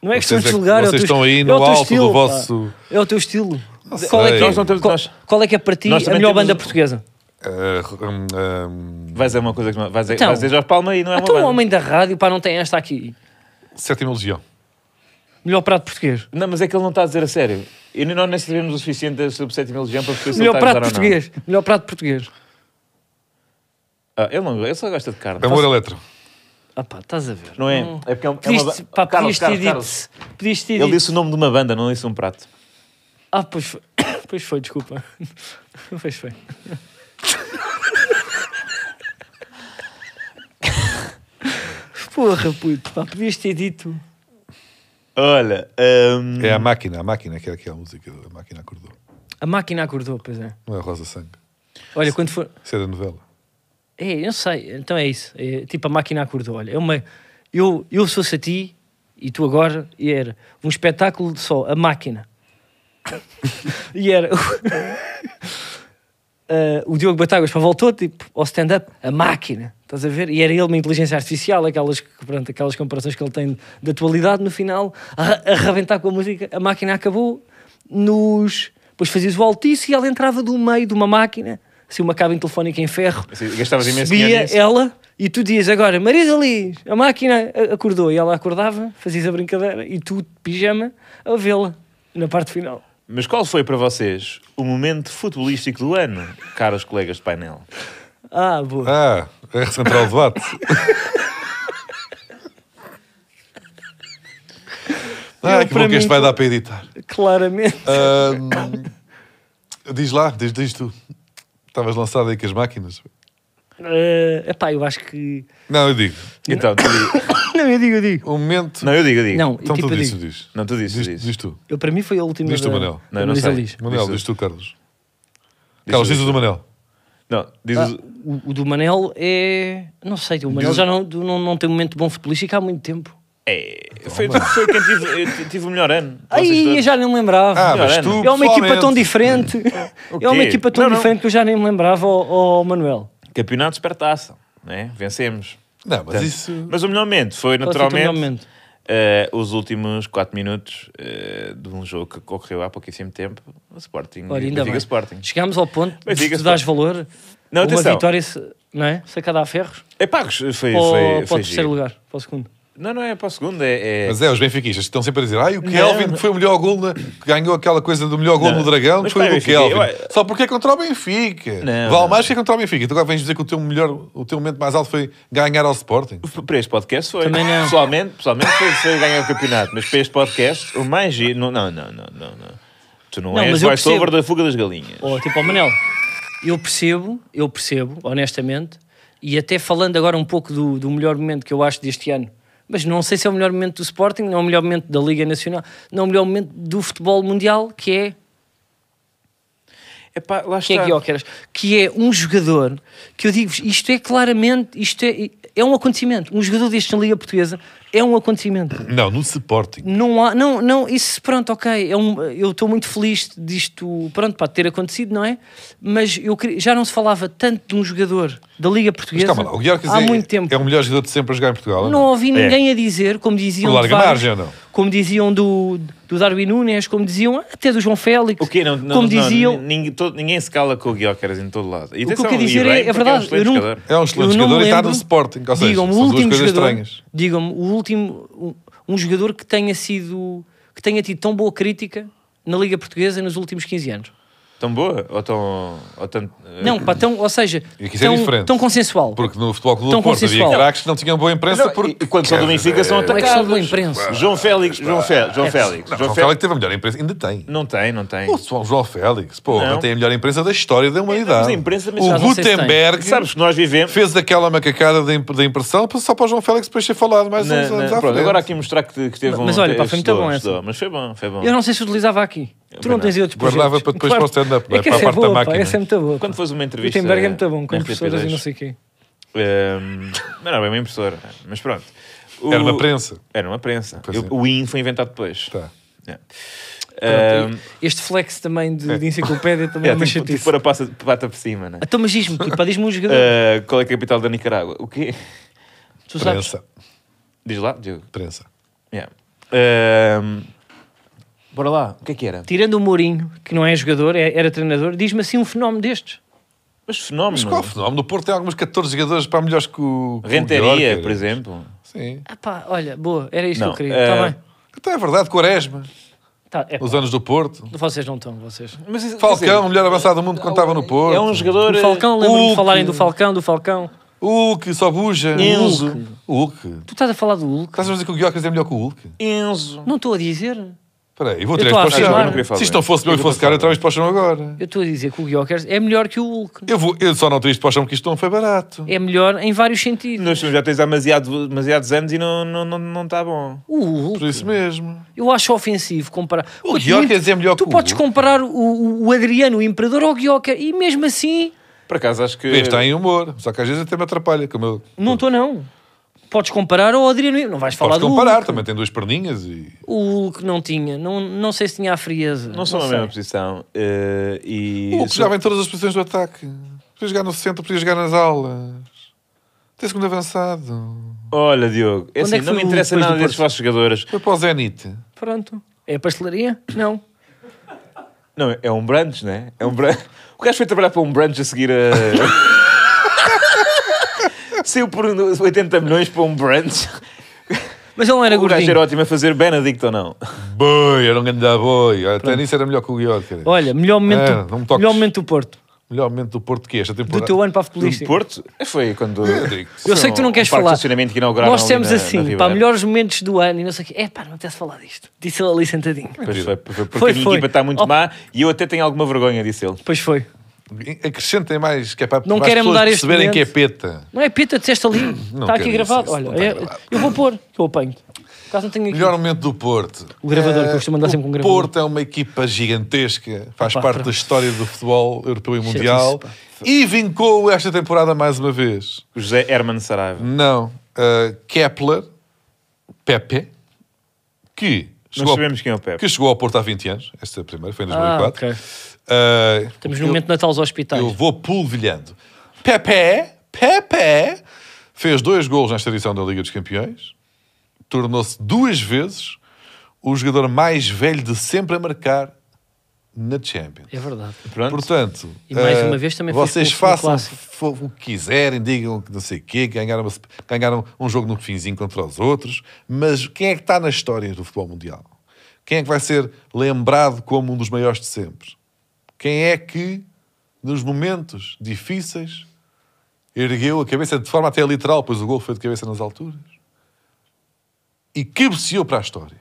Speaker 1: Não é questão
Speaker 2: Vocês
Speaker 1: de
Speaker 2: é que-
Speaker 1: julgar, é o
Speaker 2: vocês
Speaker 1: teu-
Speaker 2: estão aí
Speaker 1: é o
Speaker 2: no
Speaker 1: teu
Speaker 2: alto do
Speaker 1: estilo, pá.
Speaker 2: vosso-
Speaker 1: É o teu estilo.
Speaker 2: Não
Speaker 1: Qual é,
Speaker 2: sei.
Speaker 1: que,
Speaker 3: Nós não temos-
Speaker 1: qual-
Speaker 3: nós-
Speaker 1: qual é que é para ti
Speaker 3: nós
Speaker 1: a
Speaker 3: também
Speaker 1: melhor
Speaker 3: temos
Speaker 1: banda
Speaker 3: um-
Speaker 1: portuguesa?
Speaker 2: Ah, hum, hum,
Speaker 3: Vais dizer uma coisa que não. Vais dizer,
Speaker 1: Então.
Speaker 3: vais dizer Jorge Palma e não é uma
Speaker 1: Até um
Speaker 3: banda.
Speaker 1: homem da rádio, pá, não tem esta aqui.
Speaker 2: sétima Legião.
Speaker 1: Melhor prato português.
Speaker 3: Não, mas é que ele não está a dizer a sério. E nós nem sabemos o suficiente sobre o sétimo legião para perceber se ele
Speaker 1: Melhor
Speaker 3: está a
Speaker 1: prato
Speaker 3: gozar ou não.
Speaker 1: português. Melhor prato português.
Speaker 3: Ah, ele não, ele só gosta de carne.
Speaker 2: Amor Eletro.
Speaker 1: Ah pá, estás a ver.
Speaker 3: Não é? É porque é, um- é uma
Speaker 1: Pediste,
Speaker 3: ba-
Speaker 1: pá, podias
Speaker 3: Carlos,
Speaker 1: ter
Speaker 3: Carlos,
Speaker 1: dito.
Speaker 3: Carlos.
Speaker 1: Podias ter
Speaker 3: Ele
Speaker 1: dito.
Speaker 3: disse o nome de uma banda, não disse um prato.
Speaker 1: Ah, pois foi. [coughs] Pois foi, desculpa. [laughs] Pois foi. [laughs] Porra, puto, pá, podias ter dito.
Speaker 3: Olha, hum,
Speaker 2: É a máquina, a máquina que era aquela música. A máquina acordou.
Speaker 1: A máquina acordou, pois é.
Speaker 2: Não é Rosa Sangue.
Speaker 1: Olha, quando for.
Speaker 2: Isso é da novela.
Speaker 1: É, eu não sei, então é isso. É, tipo, a máquina acordou. Olha, é uma. Eu, eu sou a ti e tu agora, e era um espetáculo de só, a máquina. [laughs] e era. [laughs] Ah, o Diogo Batáguas pá, voltou tipo, ao stand-up, a máquina, estás a ver? E era ele uma inteligência artificial, aquelas, que- pronto, aquelas comparações que ele tem de atualidade no final, a, ra- a rebentar com a música, a máquina acabou, nos. Depois fazias o altice e ela entrava do meio de uma máquina, assim, uma cabine telefónica em ferro,
Speaker 3: assim, gastavas imenso dinheiro
Speaker 1: subia
Speaker 3: nisso.
Speaker 1: ela e tu dizias agora, Marisa Liz, a máquina a- acordou, e ela acordava, fazias a brincadeira e tu, de pijama, a vê-la na parte final.
Speaker 3: Mas qual foi para vocês o momento futebolístico do ano, caros colegas de painel?
Speaker 1: Ah, boa.
Speaker 2: Ah, é Central [laughs] Debate. ah,
Speaker 1: Eu,
Speaker 2: Ah, que
Speaker 1: para
Speaker 2: bom que
Speaker 1: mim,
Speaker 2: este vai dar para editar.
Speaker 1: Claramente.
Speaker 2: Ahm, diz lá, diz, diz tu. Estavas lançado aí com as máquinas.
Speaker 1: É epá, eu acho que. [laughs]
Speaker 2: Não, eu digo.
Speaker 3: Então, tu di-
Speaker 1: Não, eu digo, eu digo.
Speaker 2: O momento.
Speaker 3: não, eu digo, eu digo.
Speaker 1: Não,
Speaker 2: então
Speaker 1: tipo,
Speaker 2: tu
Speaker 1: eu
Speaker 2: dizes,
Speaker 1: digo.
Speaker 2: tu dizes.
Speaker 3: Não, tu dizes, tu dizes.
Speaker 2: Diz tu.
Speaker 1: Eu, para mim foi a última.
Speaker 2: Diz tu,
Speaker 1: da-
Speaker 2: Manel.
Speaker 1: da
Speaker 3: Não, eu não
Speaker 1: Marisa
Speaker 3: sei.
Speaker 1: Liz.
Speaker 2: Manel,
Speaker 3: tu.
Speaker 2: diz tu, Carlos.
Speaker 3: Diz
Speaker 2: Carlos,
Speaker 3: tu,
Speaker 2: diz
Speaker 3: diz
Speaker 2: o
Speaker 3: tu.
Speaker 2: do Manel.
Speaker 3: Não, diz
Speaker 1: Ah,
Speaker 3: o-
Speaker 1: o, o do Manel é. Não sei, o Manel
Speaker 2: Diz-
Speaker 1: já não, do- não, não tem um momento bom futebolístico há muito tempo.
Speaker 3: É, foi, foi quem tive, eu t- tive o melhor ano. Vocês
Speaker 1: Aí eu
Speaker 3: todos.
Speaker 1: já nem me lembrava.
Speaker 2: Ah, mas
Speaker 3: Olha,
Speaker 2: tu,
Speaker 1: é uma equipa
Speaker 2: pessoalmente,
Speaker 1: tão
Speaker 3: [laughs]
Speaker 1: diferente.
Speaker 3: quê?
Speaker 1: É uma equipa tão
Speaker 3: Não, não.
Speaker 1: diferente que eu já nem me lembrava, ó ó, Manuel.
Speaker 3: Campeonato supertaça, né? vencemos.
Speaker 2: Não, mas
Speaker 3: Portanto,
Speaker 2: isso...
Speaker 3: Mas o melhor momento foi
Speaker 1: Hum. Qual foi o teu melhor
Speaker 3: naturalmente
Speaker 1: um momento?
Speaker 3: eh, os últimos 4 minutos eh, de um jogo que ocorreu há pouquíssimo tempo. O Sporting,
Speaker 1: Olha, ainda
Speaker 3: Benfica
Speaker 1: bem.
Speaker 3: Sporting.
Speaker 1: Chegámos ao ponto de
Speaker 3: Benfica
Speaker 1: tu dás valor
Speaker 3: Não,
Speaker 1: a uma
Speaker 3: atenção.
Speaker 1: vitória, se- não é? Sacada a ferros.
Speaker 3: É pá, foi, foi,
Speaker 1: Ou
Speaker 3: foi,
Speaker 1: para o terceiro
Speaker 3: giro.
Speaker 1: lugar, para o segundo.
Speaker 3: Não, não é para o segundo, é... é-
Speaker 2: Mas é, os benfiquistas que estão sempre a dizer ai, o Kelvin que foi o melhor gol, na- que ganhou aquela coisa do melhor gol
Speaker 3: Não.
Speaker 2: no Dragão, que
Speaker 3: Mas
Speaker 2: foi o
Speaker 3: espera,
Speaker 2: do
Speaker 3: eu fiquei-
Speaker 2: Kelvin.
Speaker 3: ué.
Speaker 2: Só porque é contra o Benfica.
Speaker 3: Não.
Speaker 2: Vale mais que é contra o Benfica. Tu agora vens dizer que o teu, melhor, o teu momento mais alto foi ganhar ao Sporting.
Speaker 3: Para este podcast foi.
Speaker 1: Também não.
Speaker 3: Pessoalmente, pessoalmente foi, foi ganhar o campeonato, mas para este podcast, o mais giro... Não, não, não, não, não. não. Tu não,
Speaker 1: Não,
Speaker 3: és
Speaker 1: mas eu
Speaker 3: voice-over
Speaker 1: percebo.
Speaker 3: da fuga das galinhas.
Speaker 1: Ou tipo ao Manel. Eu percebo, eu percebo, honestamente, e até falando agora um pouco do, do melhor momento que eu acho deste ano, mas não sei se é o melhor momento do Sporting, não é o melhor momento da Liga Nacional, não é o melhor momento do futebol mundial, que é
Speaker 3: Epá, lá
Speaker 1: que é
Speaker 3: está.
Speaker 1: Guioqueras, que é um jogador que eu digo-vos, isto é claramente, isto é, é um acontecimento. Um jogador deste na Liga Portuguesa é um acontecimento.
Speaker 2: Não, no Sporting.
Speaker 1: Não há, não, não, isso, pronto, ok. É um, eu estou muito feliz disto, pronto, pá, ter acontecido, não é? Mas eu queria- já não se falava tanto de um jogador da Liga
Speaker 2: Mas
Speaker 1: Portuguesa
Speaker 2: calma lá, o Guiar
Speaker 1: há muito tempo.
Speaker 2: é o melhor jogador de sempre a jogar em Portugal. ou
Speaker 1: Não ouvi
Speaker 3: É.
Speaker 1: ninguém a dizer, como diziam, de
Speaker 2: Por larga
Speaker 1: vários,
Speaker 2: margem, ou não?
Speaker 1: como diziam do, do Darwin Nunes, como diziam até do João Félix,
Speaker 3: O quê? Não, não,
Speaker 1: como
Speaker 3: não,
Speaker 1: diziam,
Speaker 3: ninguém, todo- ninguém se cala com o Guiocaras em todo lado. E
Speaker 1: O que
Speaker 3: atenção,
Speaker 1: eu quero
Speaker 3: e
Speaker 1: dizer
Speaker 3: bem,
Speaker 1: é,
Speaker 3: porque um
Speaker 1: é verdade.
Speaker 3: excelente
Speaker 1: eu não,
Speaker 3: jogador.
Speaker 2: É um excelente
Speaker 1: eu não
Speaker 2: jogador e está
Speaker 1: lembro.
Speaker 2: no Sporting, ou seja,
Speaker 1: Digam-me o
Speaker 2: são duas
Speaker 1: último
Speaker 2: coisas
Speaker 1: jogador.
Speaker 2: estranhas.
Speaker 1: Digam-me o último. Um, um jogador que tenha sido. que tenha tido tão boa crítica na Liga Portuguesa nos últimos 15 anos.
Speaker 3: Tão boa? Ou tão... Ou eh, tão
Speaker 1: Não, pá, tão, ou seja,
Speaker 2: É. E aqui isso é
Speaker 1: tão,
Speaker 2: diferente.
Speaker 1: tão consensual.
Speaker 2: Porque no Futebol Clube
Speaker 1: Tão
Speaker 2: do Porto havia
Speaker 1: consensual.
Speaker 2: craques que não tinham boa imprensa
Speaker 3: Não, e-
Speaker 2: porque...
Speaker 3: e quando são do Benfica são
Speaker 1: Como é que são da
Speaker 3: atacados.
Speaker 1: imprensa?
Speaker 3: João Félix, João Félix, João Félix.
Speaker 2: Não,
Speaker 3: João
Speaker 2: João Félix
Speaker 3: Félix.
Speaker 2: teve a melhor imprensa. Ainda tem.
Speaker 3: Não tem, não tem.
Speaker 2: O João João Félix, porra,
Speaker 3: Não. É,
Speaker 2: tem a melhor imprensa da história da humanidade.
Speaker 3: mas a imprensa, mas
Speaker 2: o
Speaker 1: já não sei se tem.
Speaker 2: Gutenberg
Speaker 3: Sabes que nós vivemos...
Speaker 2: fez aquela macacada da imp- da impressão só para o João Félix depois ser falado mais
Speaker 3: Na,
Speaker 2: uns anos
Speaker 3: na,
Speaker 2: à
Speaker 3: pronto,
Speaker 2: frente.
Speaker 3: agora aqui mostrar que, que teve um...
Speaker 1: Mas olha, pá, foi muito
Speaker 3: estudou,
Speaker 1: bom essa.
Speaker 3: estudou, Mas foi bom, foi bom.
Speaker 1: Eu não sei se utilizava aqui. Tu não
Speaker 3: não.
Speaker 1: tens aí outros projetos.
Speaker 2: É Guardava para depois para o stand-up, não é?
Speaker 1: que
Speaker 2: Para a
Speaker 1: essa
Speaker 2: parte da
Speaker 1: boa, pá,
Speaker 2: máquina.
Speaker 1: Essa é muito boa.
Speaker 3: Quando fores uma
Speaker 1: O
Speaker 3: entrevista...
Speaker 1: Gutenberg é muito bom, com
Speaker 3: na
Speaker 1: professoras e
Speaker 3: RTP2,
Speaker 1: não sei o quê.
Speaker 3: ehm, Não, não, é uma impressora. Mas pronto. O-
Speaker 2: Era uma prensa.
Speaker 3: Era uma prensa.
Speaker 2: Pois
Speaker 3: Eu-
Speaker 2: é.
Speaker 3: O IN foi inventado depois.
Speaker 2: Tá.
Speaker 3: É. Ehm,
Speaker 1: Pronto, Este flex também de, de enciclopédia também é,
Speaker 3: [laughs] É,
Speaker 1: uma
Speaker 3: tipo, tipo
Speaker 1: chatice.
Speaker 3: pôr a passa- pata por
Speaker 1: [laughs]
Speaker 3: cima, né?
Speaker 1: Então, mas diz-me, tipo, pá, diz-me um jogador.
Speaker 3: Ah, qual é a capital da Nicarágua? O quê?
Speaker 1: tu sabes?
Speaker 2: Prensa.
Speaker 3: Diz lá, Diogo.
Speaker 2: Prensa.
Speaker 3: Yeah. Ahm, bora lá, o que é que era?
Speaker 2: Tipo,
Speaker 1: Tirando o Mourinho, que não é jogador, é- era treinador, diz-me assim um fenómeno destes.
Speaker 3: Mas fenómeno.
Speaker 2: Mas qual é o fenómeno? O Porto tem alguns 14 jogadores para melhores que o. que o
Speaker 3: Renteria,
Speaker 2: Guiorca.
Speaker 3: por exemplo.
Speaker 2: Sim.
Speaker 1: Ah pá, olha, boa, era isto
Speaker 3: Não,
Speaker 1: que eu queria.
Speaker 3: eh,
Speaker 1: Está bem.
Speaker 2: Então é verdade, Quaresma.
Speaker 1: Tá, é, pá,
Speaker 2: Os anos do Porto.
Speaker 1: Vocês não estão, vocês.
Speaker 3: Mas, quer
Speaker 2: Falcão,
Speaker 3: dizer,
Speaker 2: o melhor avançado do mundo quando estava no Porto.
Speaker 3: É um jogador.
Speaker 1: O
Speaker 3: eh,
Speaker 1: Falcão, lembro-me de
Speaker 2: Hulk.
Speaker 1: falarem do Falcão, do Falcão.
Speaker 2: Hulk, só buja.
Speaker 3: Enzo.
Speaker 2: O Hulk.
Speaker 1: Tu estás a falar do Hulk?
Speaker 2: Estás a dizer que o Guiocas é melhor que o Hulk?
Speaker 3: eh, Enzo.
Speaker 1: Não estou a dizer. Eu
Speaker 2: Espera aí, eu vou
Speaker 1: Eu
Speaker 2: tirar
Speaker 1: estou a
Speaker 2: isto para o
Speaker 1: afirmar.
Speaker 2: chão.
Speaker 1: Eu não queria
Speaker 3: falar.
Speaker 2: Se isto não fosse meu e
Speaker 3: Eu
Speaker 2: fosse
Speaker 3: vou
Speaker 2: caro, eu tirava
Speaker 3: falar.
Speaker 2: isto para o chão agora.
Speaker 1: estou a dizer que o Guiocas é melhor que o Hulk.
Speaker 2: Eu, vou, eu só não tirei isto para o chão porque isto não foi barato.
Speaker 1: É melhor em vários sentidos.
Speaker 3: Nós já tens há demasiado, demasiados anos e não está não, não tá bom.
Speaker 1: O Hulk,
Speaker 2: Por isso mesmo.
Speaker 1: eu acho ofensivo comparar.
Speaker 2: O Guiocas é melhor que
Speaker 1: Tu
Speaker 2: o
Speaker 1: podes
Speaker 2: Hulk.
Speaker 1: comparar o, o- o Adriano, o Imperador, ao Guiocas e mesmo assim,
Speaker 3: Por acaso acho que.
Speaker 1: É.
Speaker 2: Este tem humor, só que às vezes até me atrapalha. Como eu...
Speaker 1: não estou não. Podes comparar ao Adriano, não vais falar
Speaker 2: Podes
Speaker 1: do
Speaker 2: comparar,
Speaker 1: Hulk.
Speaker 2: também tem duas perninhas e.
Speaker 1: O Hulk não tinha, não, não sei se tinha a frieza.
Speaker 3: Não são na
Speaker 1: sei.
Speaker 3: mesma posição. eh, e
Speaker 2: O Hulk
Speaker 1: é-
Speaker 2: jogava em todas as posições do ataque. Podia jogar no centro, podia jogar nas aulas. Tem segundo avançado.
Speaker 3: Olha, Diogo, é
Speaker 1: Quando
Speaker 3: assim,
Speaker 1: é que
Speaker 3: não
Speaker 1: foi
Speaker 3: me
Speaker 1: o
Speaker 3: interessa
Speaker 1: depois do
Speaker 3: nada desses
Speaker 1: Porto?
Speaker 3: vossos jogadores.
Speaker 2: Foi para o Zenit.
Speaker 1: Pronto. É pastelaria? Não.
Speaker 3: Não, é um brunch, né? É um brunch. [laughs] O gajo foi trabalhar para um brunch a
Speaker 1: [laughs]
Speaker 3: seguir a. Saiu por 80 milhões para um brunch.
Speaker 1: Mas ele não era
Speaker 3: o gajo
Speaker 1: gordinho.
Speaker 3: era ótimo a fazer Benedict ou não?
Speaker 2: Boi, era um grande boi. Até nisso era melhor que o Guiocas.
Speaker 1: Olha, melhor momento,
Speaker 2: É, não me
Speaker 1: do,
Speaker 2: toques.
Speaker 1: melhor momento do Porto.
Speaker 2: Melhor momento do Porto que esta
Speaker 1: Do
Speaker 2: temporada.
Speaker 1: teu ano para a
Speaker 3: Do
Speaker 1: futebolística.
Speaker 3: Porto? Um Foi quando.
Speaker 2: Eu
Speaker 1: Eu sei que tu não queres falar. Nós dissemos assim, para
Speaker 3: para
Speaker 1: melhores momentos do ano e não sei o quê. É pá, não tens falado disto. Disse ele ali sentadinho.
Speaker 3: Pois
Speaker 2: é,
Speaker 3: foi, foi, porque
Speaker 1: Foi,
Speaker 3: a minha
Speaker 1: foi.
Speaker 3: equipa está muito
Speaker 1: Oh.
Speaker 3: má e eu até tenho alguma vergonha, disse ele.
Speaker 1: Pois foi.
Speaker 2: Acrescentem mais, que é para
Speaker 1: Não
Speaker 2: para as
Speaker 1: querem
Speaker 2: pessoas
Speaker 1: mudar este
Speaker 2: perceberem que é
Speaker 1: momento.
Speaker 2: peta.
Speaker 1: Não é pita, disseste ali. Está aqui
Speaker 2: quero
Speaker 1: gravado.
Speaker 2: isso, isso
Speaker 1: Olha,
Speaker 2: não está
Speaker 1: é-
Speaker 2: gravado.
Speaker 1: eu vou pôr, que eu apanho. Caso não tenha aqui.
Speaker 2: Melhor momento do Porto.
Speaker 1: O gravador,
Speaker 2: Eh,
Speaker 1: que eu costumo andar sempre com o gravador.
Speaker 2: Porto é uma equipa gigantesca, faz
Speaker 1: Opa,
Speaker 2: parte
Speaker 1: pronto.
Speaker 2: da história do futebol europeu e
Speaker 1: Chatice,
Speaker 2: mundial
Speaker 1: pá.
Speaker 2: e vincou esta temporada mais uma vez.
Speaker 3: José Herman Saraiva.
Speaker 2: Não, eh, Kepler, Pepe, que
Speaker 3: Não
Speaker 2: chegou,
Speaker 3: sabemos quem é o Pepe.
Speaker 2: que chegou ao Porto há 20 anos. Esta primeira foi em 2004.
Speaker 1: Ah, ok.
Speaker 2: Ah,
Speaker 1: Estamos
Speaker 2: eu-
Speaker 1: no um momento de Natal aos hospitais.
Speaker 2: Eu vou polvilhando. Pepe, Pepe, fez dois gols nesta edição da Liga dos Campeões. Tornou-se duas vezes o jogador mais velho de sempre a marcar na Champions.
Speaker 1: É verdade.
Speaker 3: Pronto.
Speaker 2: Portanto,
Speaker 1: E mais
Speaker 2: eh,
Speaker 1: uma vez também foi
Speaker 2: vocês
Speaker 1: expulso no
Speaker 2: façam
Speaker 1: Clássico.
Speaker 2: fo- o que quiserem, digam que não sei o quê, ganharam, uma- ganharam um jogo no finzinho contra os outros, mas quem é que está na história do futebol mundial? Quem é que vai ser lembrado como um dos maiores de sempre? Quem é que, nos momentos difíceis, ergueu a cabeça de forma até literal, pois o gol foi de cabeça nas alturas, e cabeceou para a história?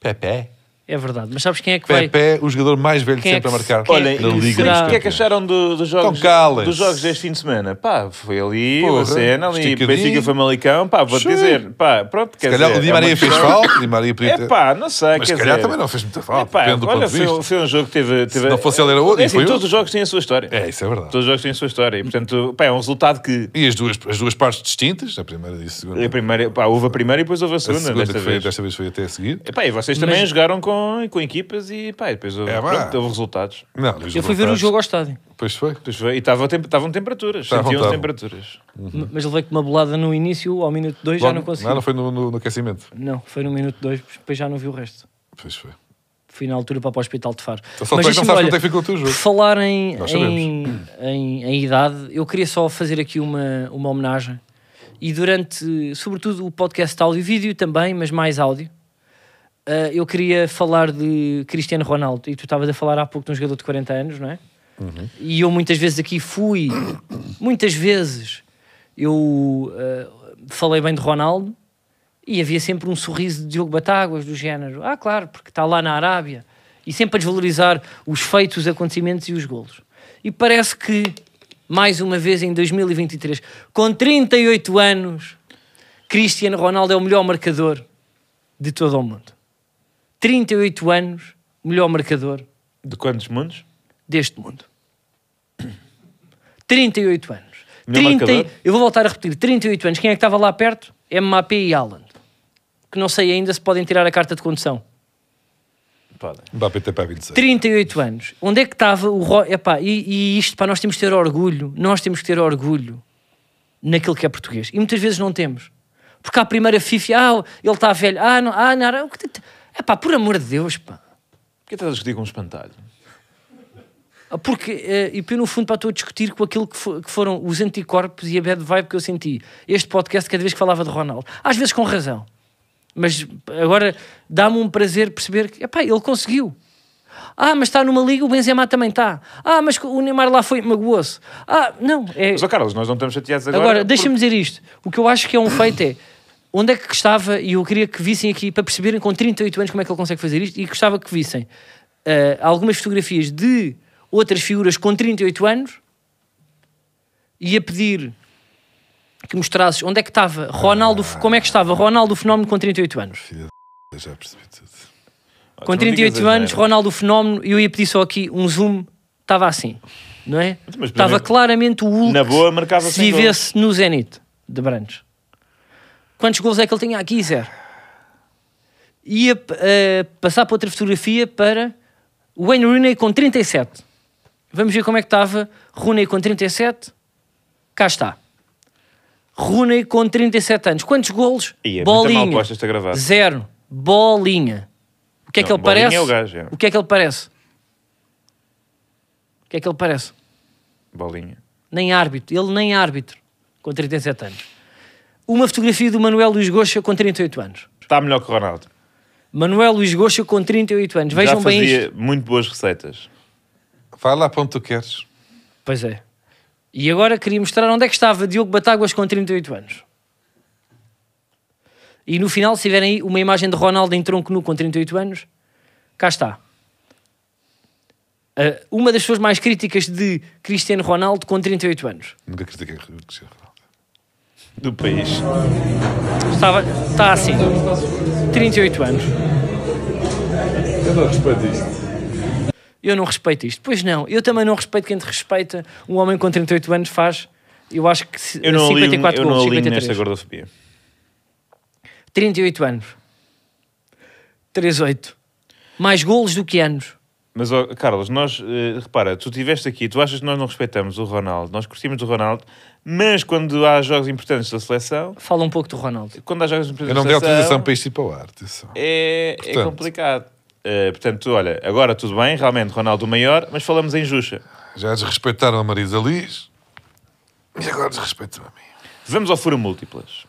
Speaker 2: Pepe.
Speaker 1: É verdade. Mas sabes quem é que vai...
Speaker 2: Pepe, o jogador mais velho de
Speaker 1: Quem é
Speaker 2: sempre a
Speaker 1: que-
Speaker 2: marcar
Speaker 1: quem é
Speaker 3: Olha,
Speaker 1: que
Speaker 2: na
Speaker 1: será?
Speaker 2: Liga dos
Speaker 1: Ah.
Speaker 3: o que é que
Speaker 2: Campeões.
Speaker 3: acharam do- dos, jogos,
Speaker 2: Então calem-se.
Speaker 3: dos jogos deste fim de semana? Pá, foi ali,
Speaker 2: Porra,
Speaker 3: a cena ali,
Speaker 2: esticadinho.
Speaker 3: Benfica foi Malicão, pá, vou-te
Speaker 2: Sim.
Speaker 3: dizer, pá, pronto, quer
Speaker 2: Se calhar
Speaker 3: dizer,
Speaker 2: o Di
Speaker 3: é uma
Speaker 2: Maria fez
Speaker 3: questão-
Speaker 2: falta, o Di Maria podia ter-
Speaker 3: É pá, não sei,
Speaker 2: Mas
Speaker 3: quer
Speaker 2: se calhar
Speaker 3: dizer,
Speaker 2: também não fez muita falta,
Speaker 3: Epá,
Speaker 2: depende do
Speaker 3: olha,
Speaker 2: ponto de
Speaker 3: foi,
Speaker 2: vista.
Speaker 3: foi um jogo que teve. teve
Speaker 2: não fosse ele, era outro,
Speaker 3: É
Speaker 2: e
Speaker 3: assim,
Speaker 2: foi
Speaker 3: todos
Speaker 2: outro.
Speaker 3: os jogos têm a sua história.
Speaker 2: É, isso é verdade.
Speaker 3: Todos os jogos têm a sua história. E, portanto, pá, é um resultado que.
Speaker 2: E as duas, as duas partes distintas, a primeira e a segunda.
Speaker 3: A primeira, pá, houve a primeira e depois houve a
Speaker 2: a
Speaker 3: segunda,
Speaker 2: segunda
Speaker 3: desta
Speaker 2: que foi,
Speaker 3: vez.
Speaker 2: desta vez foi até a seguir.
Speaker 3: Epá, e vocês também
Speaker 1: Mas-
Speaker 3: jogaram com, com equipas e pá, e depois houve,
Speaker 2: É, vá.
Speaker 3: pronto, houve resultados.
Speaker 2: Não,
Speaker 1: Eu fui ver o jogo ao estádio.
Speaker 2: Depois foi.
Speaker 3: Pois foi, E estavam tem- estavam temperaturas,
Speaker 2: Estavam,
Speaker 3: sentiam
Speaker 2: estavam.
Speaker 3: temperaturas.
Speaker 1: M- Uhum. Mas levei com uma bolada no início, ao minuto 2 já
Speaker 2: Logo-
Speaker 1: não consegui.
Speaker 2: Não,
Speaker 1: Não,
Speaker 2: não foi no, no, no aquecimento.
Speaker 1: foi no minuto 2, depois já não vi o resto.
Speaker 2: Pois foi.
Speaker 1: Fui na altura para, para o hospital de Faro.
Speaker 2: Então só tu é que não
Speaker 1: deixa-me,
Speaker 2: sabes
Speaker 1: olha,
Speaker 2: quanto é que ficou o teu jogo.
Speaker 1: Por falar em,
Speaker 2: Nós
Speaker 1: em, em, em idade, eu queria só fazer aqui uma, uma homenagem. E durante, sobretudo, o podcast áudio e vídeo também, mas mais áudio, ah, eu queria falar de Cristiano Ronaldo. E tu estavas a falar há pouco de um jogador de 40 anos, não é?
Speaker 2: Uhum.
Speaker 1: E eu muitas vezes aqui fui, muitas vezes, eu ah, falei bem de Ronaldo e havia sempre um sorriso de Diogo Batáguas, do género. Ah, claro, porque está lá na Arábia. E sempre a desvalorizar os feitos, os acontecimentos e os golos. E parece que, mais uma vez em 2023, com 38 anos, Cristiano Ronaldo é o melhor marcador de todo o mundo. 38 anos, melhor marcador
Speaker 3: De quantos mundos?
Speaker 1: deste mundo. 38 anos.
Speaker 3: Melhor
Speaker 1: 30
Speaker 3: marcador?
Speaker 1: eu vou voltar a repetir, 38 anos. Quem é que estava lá perto? MAP e Haaland. Que não sei ainda se podem tirar a carta de condução.
Speaker 3: Podem.
Speaker 2: Dá para ter para 26.
Speaker 1: 38 anos. Onde é que estava o Ro... Epá, e, e isto, pá, nós temos que ter orgulho. Nós temos que ter orgulho naquilo que é português. E muitas vezes não temos. Porque à primeira FIFA, ah, ele está velho. Ah, não, ah, não. É pá, por amor de Deus, pá.
Speaker 3: Porquê estás a discutir com um espantalho?
Speaker 1: Porque, eh, e eu no fundo, para estou a discutir com aquilo que, fo- que foram os anticorpos e a bad vibe que eu senti. Este podcast, cada vez que falava de Ronaldo. Às vezes com razão. Mas agora dá-me um prazer perceber que, epá, ele conseguiu. Ah, mas está numa liga, o Benzema também está. Ah, mas o Neymar lá foi, magoou-se. Ah, não. É...
Speaker 3: Mas, ó Carlos, nós não estamos chateados agora.
Speaker 1: Agora, deixa-me dizer isto. O que eu acho que é um feito é onde é que estava, e eu queria que vissem aqui para perceberem com 38 anos como é que ele consegue fazer isto, e gostava que vissem ah, algumas fotografias de outras figuras com 38 anos e a pedir que mostrasses onde é que estava Ronaldo, como é que estava Ronaldo o Fenómeno com 38 anos.
Speaker 2: Eu Já percebi tudo.
Speaker 3: Porque-
Speaker 1: Com
Speaker 3: Não digas
Speaker 1: 38 anos,
Speaker 3: asneira.
Speaker 1: Ronaldo o Fenómeno, e eu ia pedir só aqui um zoom, estava assim, não é?
Speaker 3: Mas,
Speaker 1: Estava
Speaker 3: primeiro,
Speaker 1: claramente o Hulk
Speaker 3: Na boa, marcava
Speaker 1: se
Speaker 3: sem gol.
Speaker 1: vivesse no Zenit de Brandes. Quantos gols é que ele tinha aqui? Zero. Ia eh, passar para outra fotografia para Wayne Rooney com 37. Vamos ver como é que estava Rooney com 37. Cá está. Rooney com 37 anos. Quantos golos?
Speaker 3: Ih, é muita mal
Speaker 1: Bolinha.
Speaker 3: posta esta gravata.
Speaker 1: Zero. Bolinha. O que é que
Speaker 3: Não,
Speaker 1: ele
Speaker 3: Bolinha
Speaker 1: parece?
Speaker 3: é o gajo, é.
Speaker 1: O que é que ele parece? O que é que ele parece?
Speaker 3: Bolinha.
Speaker 1: nem árbitro, ele nem árbitro, com 37 anos. Uma fotografia do Manuel Luís Goxa com 38 anos.
Speaker 3: Está melhor que o Ronaldo.
Speaker 1: Manuel Luís Goxa com 38 anos. Vejam
Speaker 3: Já
Speaker 1: bem
Speaker 3: fazia
Speaker 1: isto.
Speaker 3: muito boas receitas.
Speaker 2: Vai lá para onde tu queres.
Speaker 1: Pois é. E agora queria mostrar onde é que estava Diogo Batáguas com 38 anos. E no final, se tiverem aí uma imagem de Ronaldo em tronco nu com 38 anos, cá está. Ah, uma das pessoas mais críticas de Cristiano Ronaldo com 38 anos.
Speaker 2: Nunca é critiquei o Cristiano Ronaldo.
Speaker 3: Do país.
Speaker 1: Estava, está assim. 38 anos.
Speaker 2: Eu não respeito isto.
Speaker 1: Eu não respeito isto. Pois não, eu também não respeito quem te respeita. Um homem com 38 anos faz, eu acho que se-
Speaker 3: Eu não
Speaker 1: 54
Speaker 3: alinho, eu não
Speaker 1: gols,
Speaker 3: alinho
Speaker 1: 53.
Speaker 3: nesta gordofobia.
Speaker 1: 38 anos. 38. Mais golos do que anos.
Speaker 3: Mas, ó, Carlos, nós, eh, repara, tu estiveste aqui, tu achas que nós não respeitamos o Ronaldo, nós curtimos do Ronaldo, mas quando há jogos importantes da seleção,
Speaker 1: Fala um pouco do Ronaldo.
Speaker 3: quando há jogos importantes
Speaker 2: Eu não
Speaker 3: da
Speaker 2: dei
Speaker 3: seleção,
Speaker 2: autorização para isto ir para o ar. atenção.
Speaker 3: é, é
Speaker 2: Portanto.
Speaker 3: complicado. Eh, portanto, olha, agora tudo bem, realmente Ronaldo o maior, mas falamos em Juxa.
Speaker 2: Já desrespeitaram a Marisa Liz e agora desrespeitam a mim.
Speaker 3: Vamos ao Fura Múltiplas.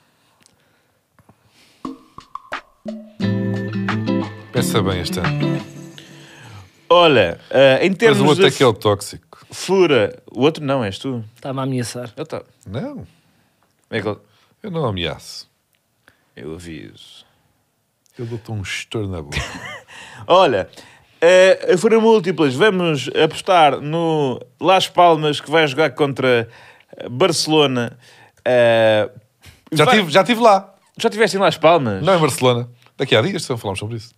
Speaker 2: Pensa bem este ano.
Speaker 3: Olha, eh, em
Speaker 2: Mas o
Speaker 3: termos
Speaker 2: outro é
Speaker 3: de
Speaker 2: que é o tóxico.
Speaker 3: Fura... O outro não, és tu.
Speaker 1: Está-me a ameaçar.
Speaker 3: Eu, tá.
Speaker 2: Não,
Speaker 3: é que eu-
Speaker 2: eu não ameaço.
Speaker 3: eu aviso.
Speaker 2: Eu dou-te um estouro na boca.
Speaker 3: Olha, eh, foram múltiplas. Vamos apostar no Las Palmas que vai jogar contra Barcelona. Eh,
Speaker 2: já,
Speaker 3: vai-
Speaker 2: tive, já tive lá.
Speaker 3: já tiveste em Las Palmas?
Speaker 2: Não em Barcelona. Daqui a dias só falamos sobre isso.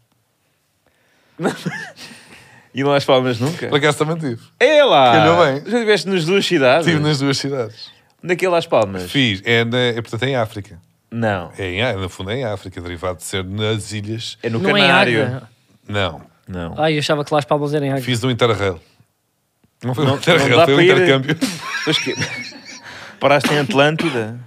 Speaker 3: E em Las Palmas nunca?
Speaker 2: Por acaso também tive.
Speaker 3: É lá!
Speaker 2: Calhou bem.
Speaker 3: Já estiveste nas duas cidades?
Speaker 2: Estive nas duas cidades.
Speaker 3: Onde é que é Las Palmas?
Speaker 2: Fiz. É, na, é portanto é em África.
Speaker 3: Não.
Speaker 2: É em, Á- no fundo é em África, derivado de ser nas ilhas.
Speaker 3: É no
Speaker 1: não é
Speaker 3: Canário.
Speaker 1: em Águeda.
Speaker 2: Não.
Speaker 3: Não.
Speaker 1: Ai, eu achava que lá as palmas eram em Águeda.
Speaker 2: Fiz um Interrail. Não foi um
Speaker 3: não dá
Speaker 2: Interrail, foi um
Speaker 3: para ir-
Speaker 2: intercâmbio.
Speaker 3: Mas que... [laughs] Paraste em Atlântida?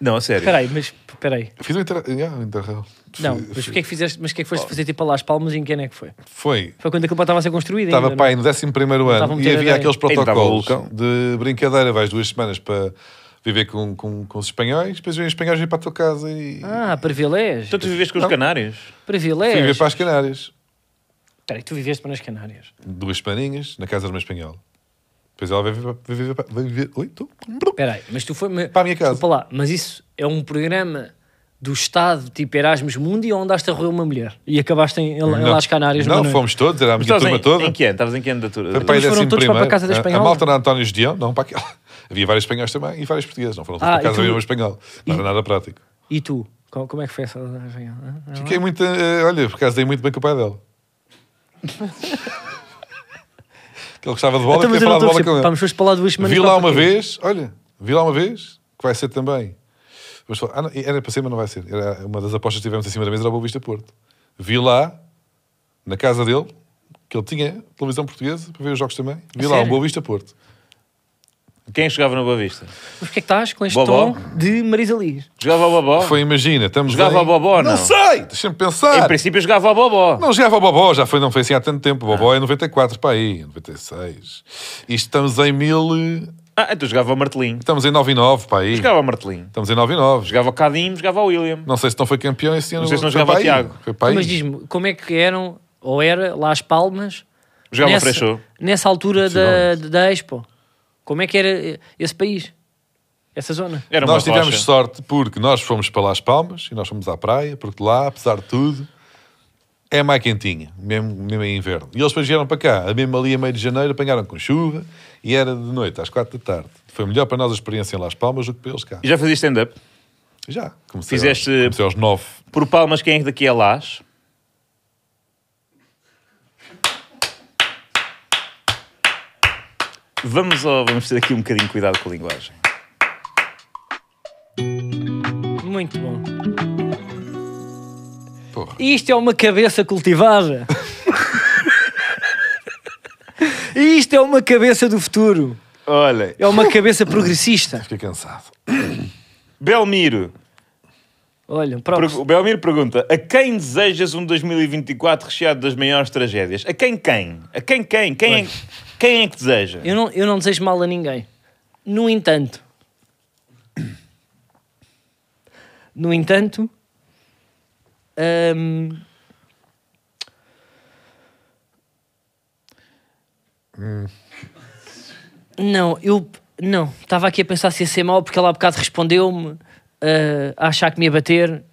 Speaker 3: Não, a sério.
Speaker 1: Espera aí, mas espera aí.
Speaker 2: Fiz um inter- yeah, um Interrail.
Speaker 1: Não,
Speaker 2: Fui-
Speaker 1: mas o que é que fizeste? Mas o que é que foste fazer tipo a Las Palmas e em quem é que foi?
Speaker 2: Foi.
Speaker 1: Foi quando a Copa estava a ser construída
Speaker 2: Estava
Speaker 1: ainda, não é?
Speaker 2: pai no 11 primeiro
Speaker 1: estavam a
Speaker 2: ano e
Speaker 1: meter
Speaker 2: havia
Speaker 1: ideia.
Speaker 2: aqueles
Speaker 3: Ainda estava
Speaker 2: protocolos
Speaker 3: o Lucão.
Speaker 2: de brincadeira. Vais duas semanas para viver com, com, com os espanhóis, depois vêm os espanhóis vêm para a tua casa e
Speaker 1: Ah, privilégio.
Speaker 3: Então tu vives com os
Speaker 2: Não.
Speaker 3: Canários?
Speaker 2: fui
Speaker 1: Privilégio.
Speaker 2: viver para as Canárias.
Speaker 1: Espera aí, tu viveste para nas Canárias.
Speaker 2: Duas semaninhas na casa de uma espanhola. Depois ela veio viver. Veio viver, para- veio viver oi, tu?
Speaker 1: Espera aí, mas tu foi...
Speaker 2: Para a minha casa.
Speaker 1: Desculpa lá, mas isso é um programa do Estado, tipo Erasmus Mundi, ou andaste a roer uma mulher e acabaste em, em, em Las é Canárias
Speaker 2: Não,
Speaker 1: uma noite?
Speaker 2: fomos todos, era a
Speaker 3: Mas
Speaker 2: minha
Speaker 3: estavas
Speaker 2: turma
Speaker 3: em,
Speaker 2: toda.
Speaker 3: em que ano? Estavas em que ano da tua...
Speaker 2: Foi para aí
Speaker 1: Eles foram
Speaker 2: 11º
Speaker 1: todos para a casa da
Speaker 2: A- A,
Speaker 1: espanhola?
Speaker 2: malta da António Gedeão, não para aquela. [laughs] Havia vários espanhóis também e vários portugueses. Não foram todos
Speaker 1: Ah,
Speaker 2: para
Speaker 1: e
Speaker 2: casa,
Speaker 1: tu-
Speaker 2: havia um espanhol. Não era nada prático.
Speaker 1: E tu? Co- Como é que foi essa... Ah,
Speaker 2: Fiquei muito. eh, olha, por acaso dei muito bem com o
Speaker 1: [laughs]
Speaker 2: pai dela. que ele gostava de bola
Speaker 1: Então,
Speaker 2: e
Speaker 1: mas
Speaker 2: queria
Speaker 1: eu não
Speaker 2: falar de
Speaker 1: estou a perceber.
Speaker 2: bola com
Speaker 1: Pá,
Speaker 2: ele.
Speaker 1: mas foste para lá duas semanas...
Speaker 2: Vi
Speaker 1: só
Speaker 2: lá
Speaker 1: para
Speaker 2: uma
Speaker 1: quê?
Speaker 2: vez, olha, vi lá uma vez, que vai ser também. Mas falou, ah, não, era para ser, mas não vai ser. Era uma das apostas que tivemos em cima da mesa era o Boa Vista Porto. Vi lá, na casa dele, que ele tinha televisão portuguesa para ver os jogos também. Vi
Speaker 1: A
Speaker 2: lá o
Speaker 1: sério?
Speaker 2: Boa Vista Porto.
Speaker 3: Quem é jogava na Boa Vista?
Speaker 1: Mas porquê que estás com este
Speaker 3: Bobó?
Speaker 1: tom de Marisa Liz?
Speaker 3: Jogava ao Bobó?
Speaker 2: Foi, imagina, estamos
Speaker 3: Jogava
Speaker 2: bem.
Speaker 3: ao Bobó, não?
Speaker 2: Não sei, deixa-me
Speaker 3: Em
Speaker 2: pensar.
Speaker 3: princípio eu jogava ao Bobó.
Speaker 2: Não jogava ao Bobó, já foi, não foi assim há tanto tempo. O Bobó é 94 para aí, 96. E estamos em 1000. e-
Speaker 3: Ah, então jogava ao Martelinho.
Speaker 2: Estamos em 99 para aí.
Speaker 3: Jogava ao Martelinho.
Speaker 2: Estamos em 99.
Speaker 3: Jogava ao Cadim, jogava ao William.
Speaker 2: Não sei se não foi campeão esse ano.
Speaker 3: sei se não
Speaker 2: foi
Speaker 3: jogava
Speaker 2: para
Speaker 3: o
Speaker 2: aí.
Speaker 3: Tiago.
Speaker 2: Foi para aí.
Speaker 1: Mas diz-me, como é que eram, ou era, Las Palmas...
Speaker 3: Jogava ao
Speaker 1: nessa,
Speaker 3: Freixou.
Speaker 1: nessa altura da,
Speaker 2: Possivelmente.
Speaker 1: da Expo. Como é que era eh, esse país? Essa zona?
Speaker 3: Era uma
Speaker 2: nós tivemos
Speaker 3: rocha.
Speaker 2: sorte porque nós fomos para Las Palmas e nós fomos à praia, porque lá, apesar de tudo, é mais quentinha, mesmo, mesmo em inverno. E eles depois vieram para cá, mesmo ali a meio de janeiro, apanharam com chuva e era de noite, às quatro da tarde. Foi melhor para nós a experiência em Las Palmas do que para eles cá.
Speaker 3: E já fazias stand-up?
Speaker 2: Já. Comecei,
Speaker 3: Fizeste-
Speaker 2: aos, comecei aos nove.
Speaker 3: Por Palmas, quem é que daqui é Lás? Vamos, ao, vamos ter aqui um bocadinho de cuidado com a linguagem.
Speaker 1: Muito bom.
Speaker 2: Porra.
Speaker 1: Isto é uma cabeça cultivada. Isto é uma cabeça do futuro.
Speaker 3: Olha,
Speaker 1: É uma cabeça progressista.
Speaker 2: Fiquei cansado.
Speaker 3: Belmiro.
Speaker 1: Olha, próprio.
Speaker 3: Pergu- O Belmiro pergunta: a quem desejas um 2024 recheado das maiores tragédias? A quem quem? A quem quem? Quem é, quem é que deseja?
Speaker 1: Eu não, eu não desejo mal a ninguém. No entanto. No entanto. hum, Não, eu. Não, estava aqui a pensar se ia ser mal porque ela há bocado respondeu-me ah, a achar que me ia bater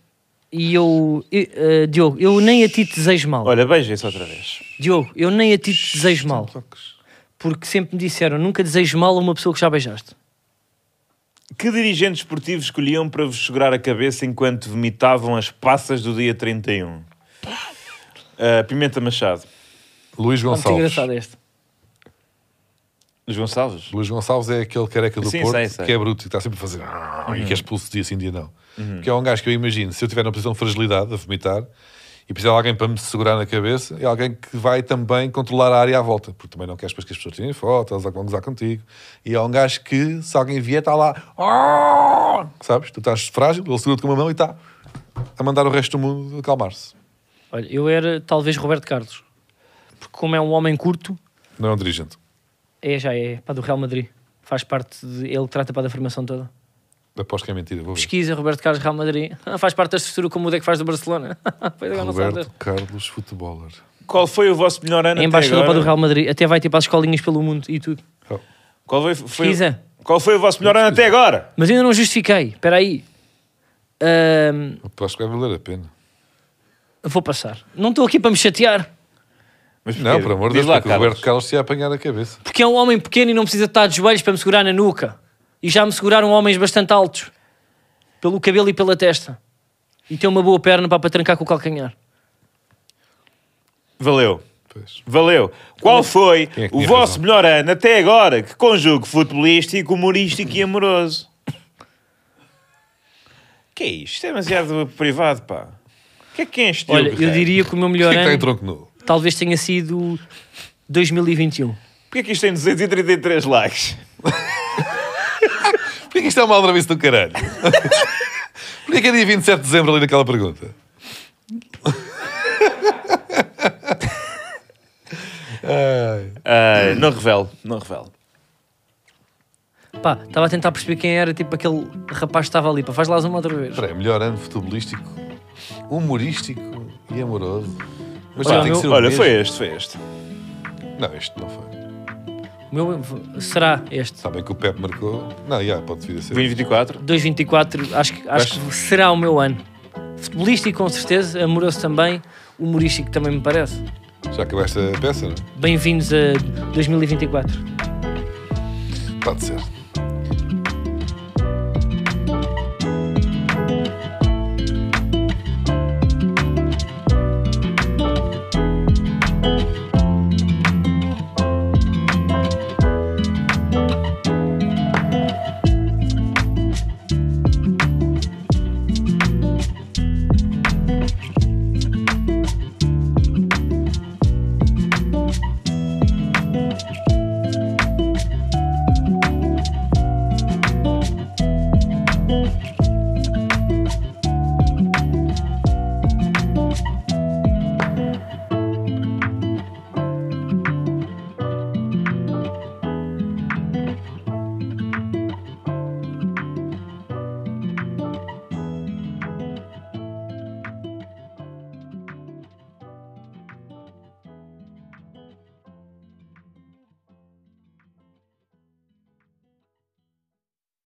Speaker 1: e eu. eu, ah, Diogo, eu nem a ti te desejo mal.
Speaker 3: Olha, beija isso outra vez.
Speaker 1: Diogo, eu nem a ti te desejo mal.
Speaker 2: Toques.
Speaker 1: Porque sempre me disseram, nunca desejo mal a uma pessoa que já beijaste.
Speaker 3: Que dirigentes esportivos escolhiam para vos segurar a cabeça enquanto vomitavam as passas do dia 31? Ah, Pimenta Machado.
Speaker 2: Luís
Speaker 1: Está É muito
Speaker 2: Gonçalves.
Speaker 1: engraçado este.
Speaker 3: Dos Gonçalves?
Speaker 2: Luís Gonçalves é aquele careca do
Speaker 3: Sim,
Speaker 2: Porto
Speaker 3: sei, sei.
Speaker 2: que é bruto e está sempre a fazer e que é expulso dia sim, dia não.
Speaker 3: Uhum.
Speaker 2: Que é um gajo que eu imagino, se eu estiver numa posição de fragilidade, a vomitar, e precisar de alguém para me segurar na cabeça, é alguém que vai também controlar a área à volta, porque também não queres depois que as pessoas tirem fotos, elas vão gozar contigo. E é um gajo que, se alguém vier, está lá, "Ah!" sabes? Tu estás frágil, ele segura-te com uma mão e está a mandar o resto do mundo acalmar-se.
Speaker 1: Olha, eu era talvez Roberto Carlos. Porque como é um homem curto,
Speaker 2: Não é um dirigente.
Speaker 1: é já é, pá, do Real Madrid. Faz parte, de, ele trata para da formação toda.
Speaker 2: Aposto que é mentira, vou ver.
Speaker 1: Pesquisa, Roberto Carlos, Real Madrid. [laughs] Ah, Faz parte da estrutura como o é que faz do Barcelona. [laughs] Pois agora não é. sabe.
Speaker 2: Roberto Carlos Futeboler.
Speaker 3: Qual foi o vosso melhor
Speaker 1: É
Speaker 3: ano até
Speaker 1: embaixador para
Speaker 3: agora?
Speaker 1: do Real Madrid. Até vai tipo às escolinhas pelo mundo e tudo.
Speaker 2: Oh.
Speaker 3: Qual foi, foi-
Speaker 1: Pesquisa.
Speaker 3: Qual foi o vosso melhor ano até agora?
Speaker 1: Mas ainda não justifiquei. Espera aí. Ahm,
Speaker 2: Aposto que vai valer a pena.
Speaker 1: vou passar. Não estou aqui para me chatear.
Speaker 3: Mas porquê?
Speaker 2: Não, por amor de
Speaker 3: Diz
Speaker 2: Deus,
Speaker 3: lá,
Speaker 2: porque o
Speaker 3: Carlos.
Speaker 2: Roberto Carlos se ia apanhar a cabeça.
Speaker 1: Porque é um homem pequeno e não precisa estar de joelhos para me segurar na nuca. E já me seguraram homens bastante altos. Pelo cabelo e pela testa. E tem uma boa perna para, para trancar com o calcanhar.
Speaker 3: Valeu.
Speaker 2: Pois.
Speaker 3: Valeu. Qual foi
Speaker 2: Quem é que
Speaker 3: o
Speaker 2: tinha
Speaker 3: vosso
Speaker 2: razão?
Speaker 3: melhor ano até agora que conjugue futebolístico, humorístico e amoroso? Que é isto? Isto É demasiado privado, pá. O que é que é este
Speaker 1: Olha,
Speaker 3: Diogo
Speaker 1: eu
Speaker 3: Guerreiro?
Speaker 1: diria que o meu
Speaker 2: [laughs] Quem
Speaker 1: melhor
Speaker 2: é que está em
Speaker 1: ano
Speaker 2: tronco nu?
Speaker 1: talvez tenha sido 2021.
Speaker 3: Porquê é que isto tem 233 likes?
Speaker 2: Porquê que isto é uma aldrabice do caralho? [laughs] Porquê que é dia 27 de dezembro ali naquela pergunta? Ai.
Speaker 3: Ah, não revelo, não revelo.
Speaker 1: Pá, estava a tentar perceber quem era, tipo aquele rapaz que estava ali. Pá, faz lá uma outra vez.
Speaker 2: Espera aí, melhor ano futebolístico, humorístico e amoroso. Mas
Speaker 1: Olha,
Speaker 2: já tem que
Speaker 1: meu-
Speaker 2: ser o
Speaker 3: Olha,
Speaker 2: mesmo.
Speaker 3: foi este, foi este.
Speaker 2: Não, este não foi.
Speaker 1: O meu será este.
Speaker 2: Sabem que o Pepe marcou. Não, já, pode vir a ser.
Speaker 3: 2024.
Speaker 1: 2024, acho, que- acho que será o meu ano. Futebolístico, com certeza. Amoroso também. Humorístico também me parece.
Speaker 2: Já é? acabaste a peça, não?
Speaker 1: Bem-vindos a 2024.
Speaker 2: Pode ser.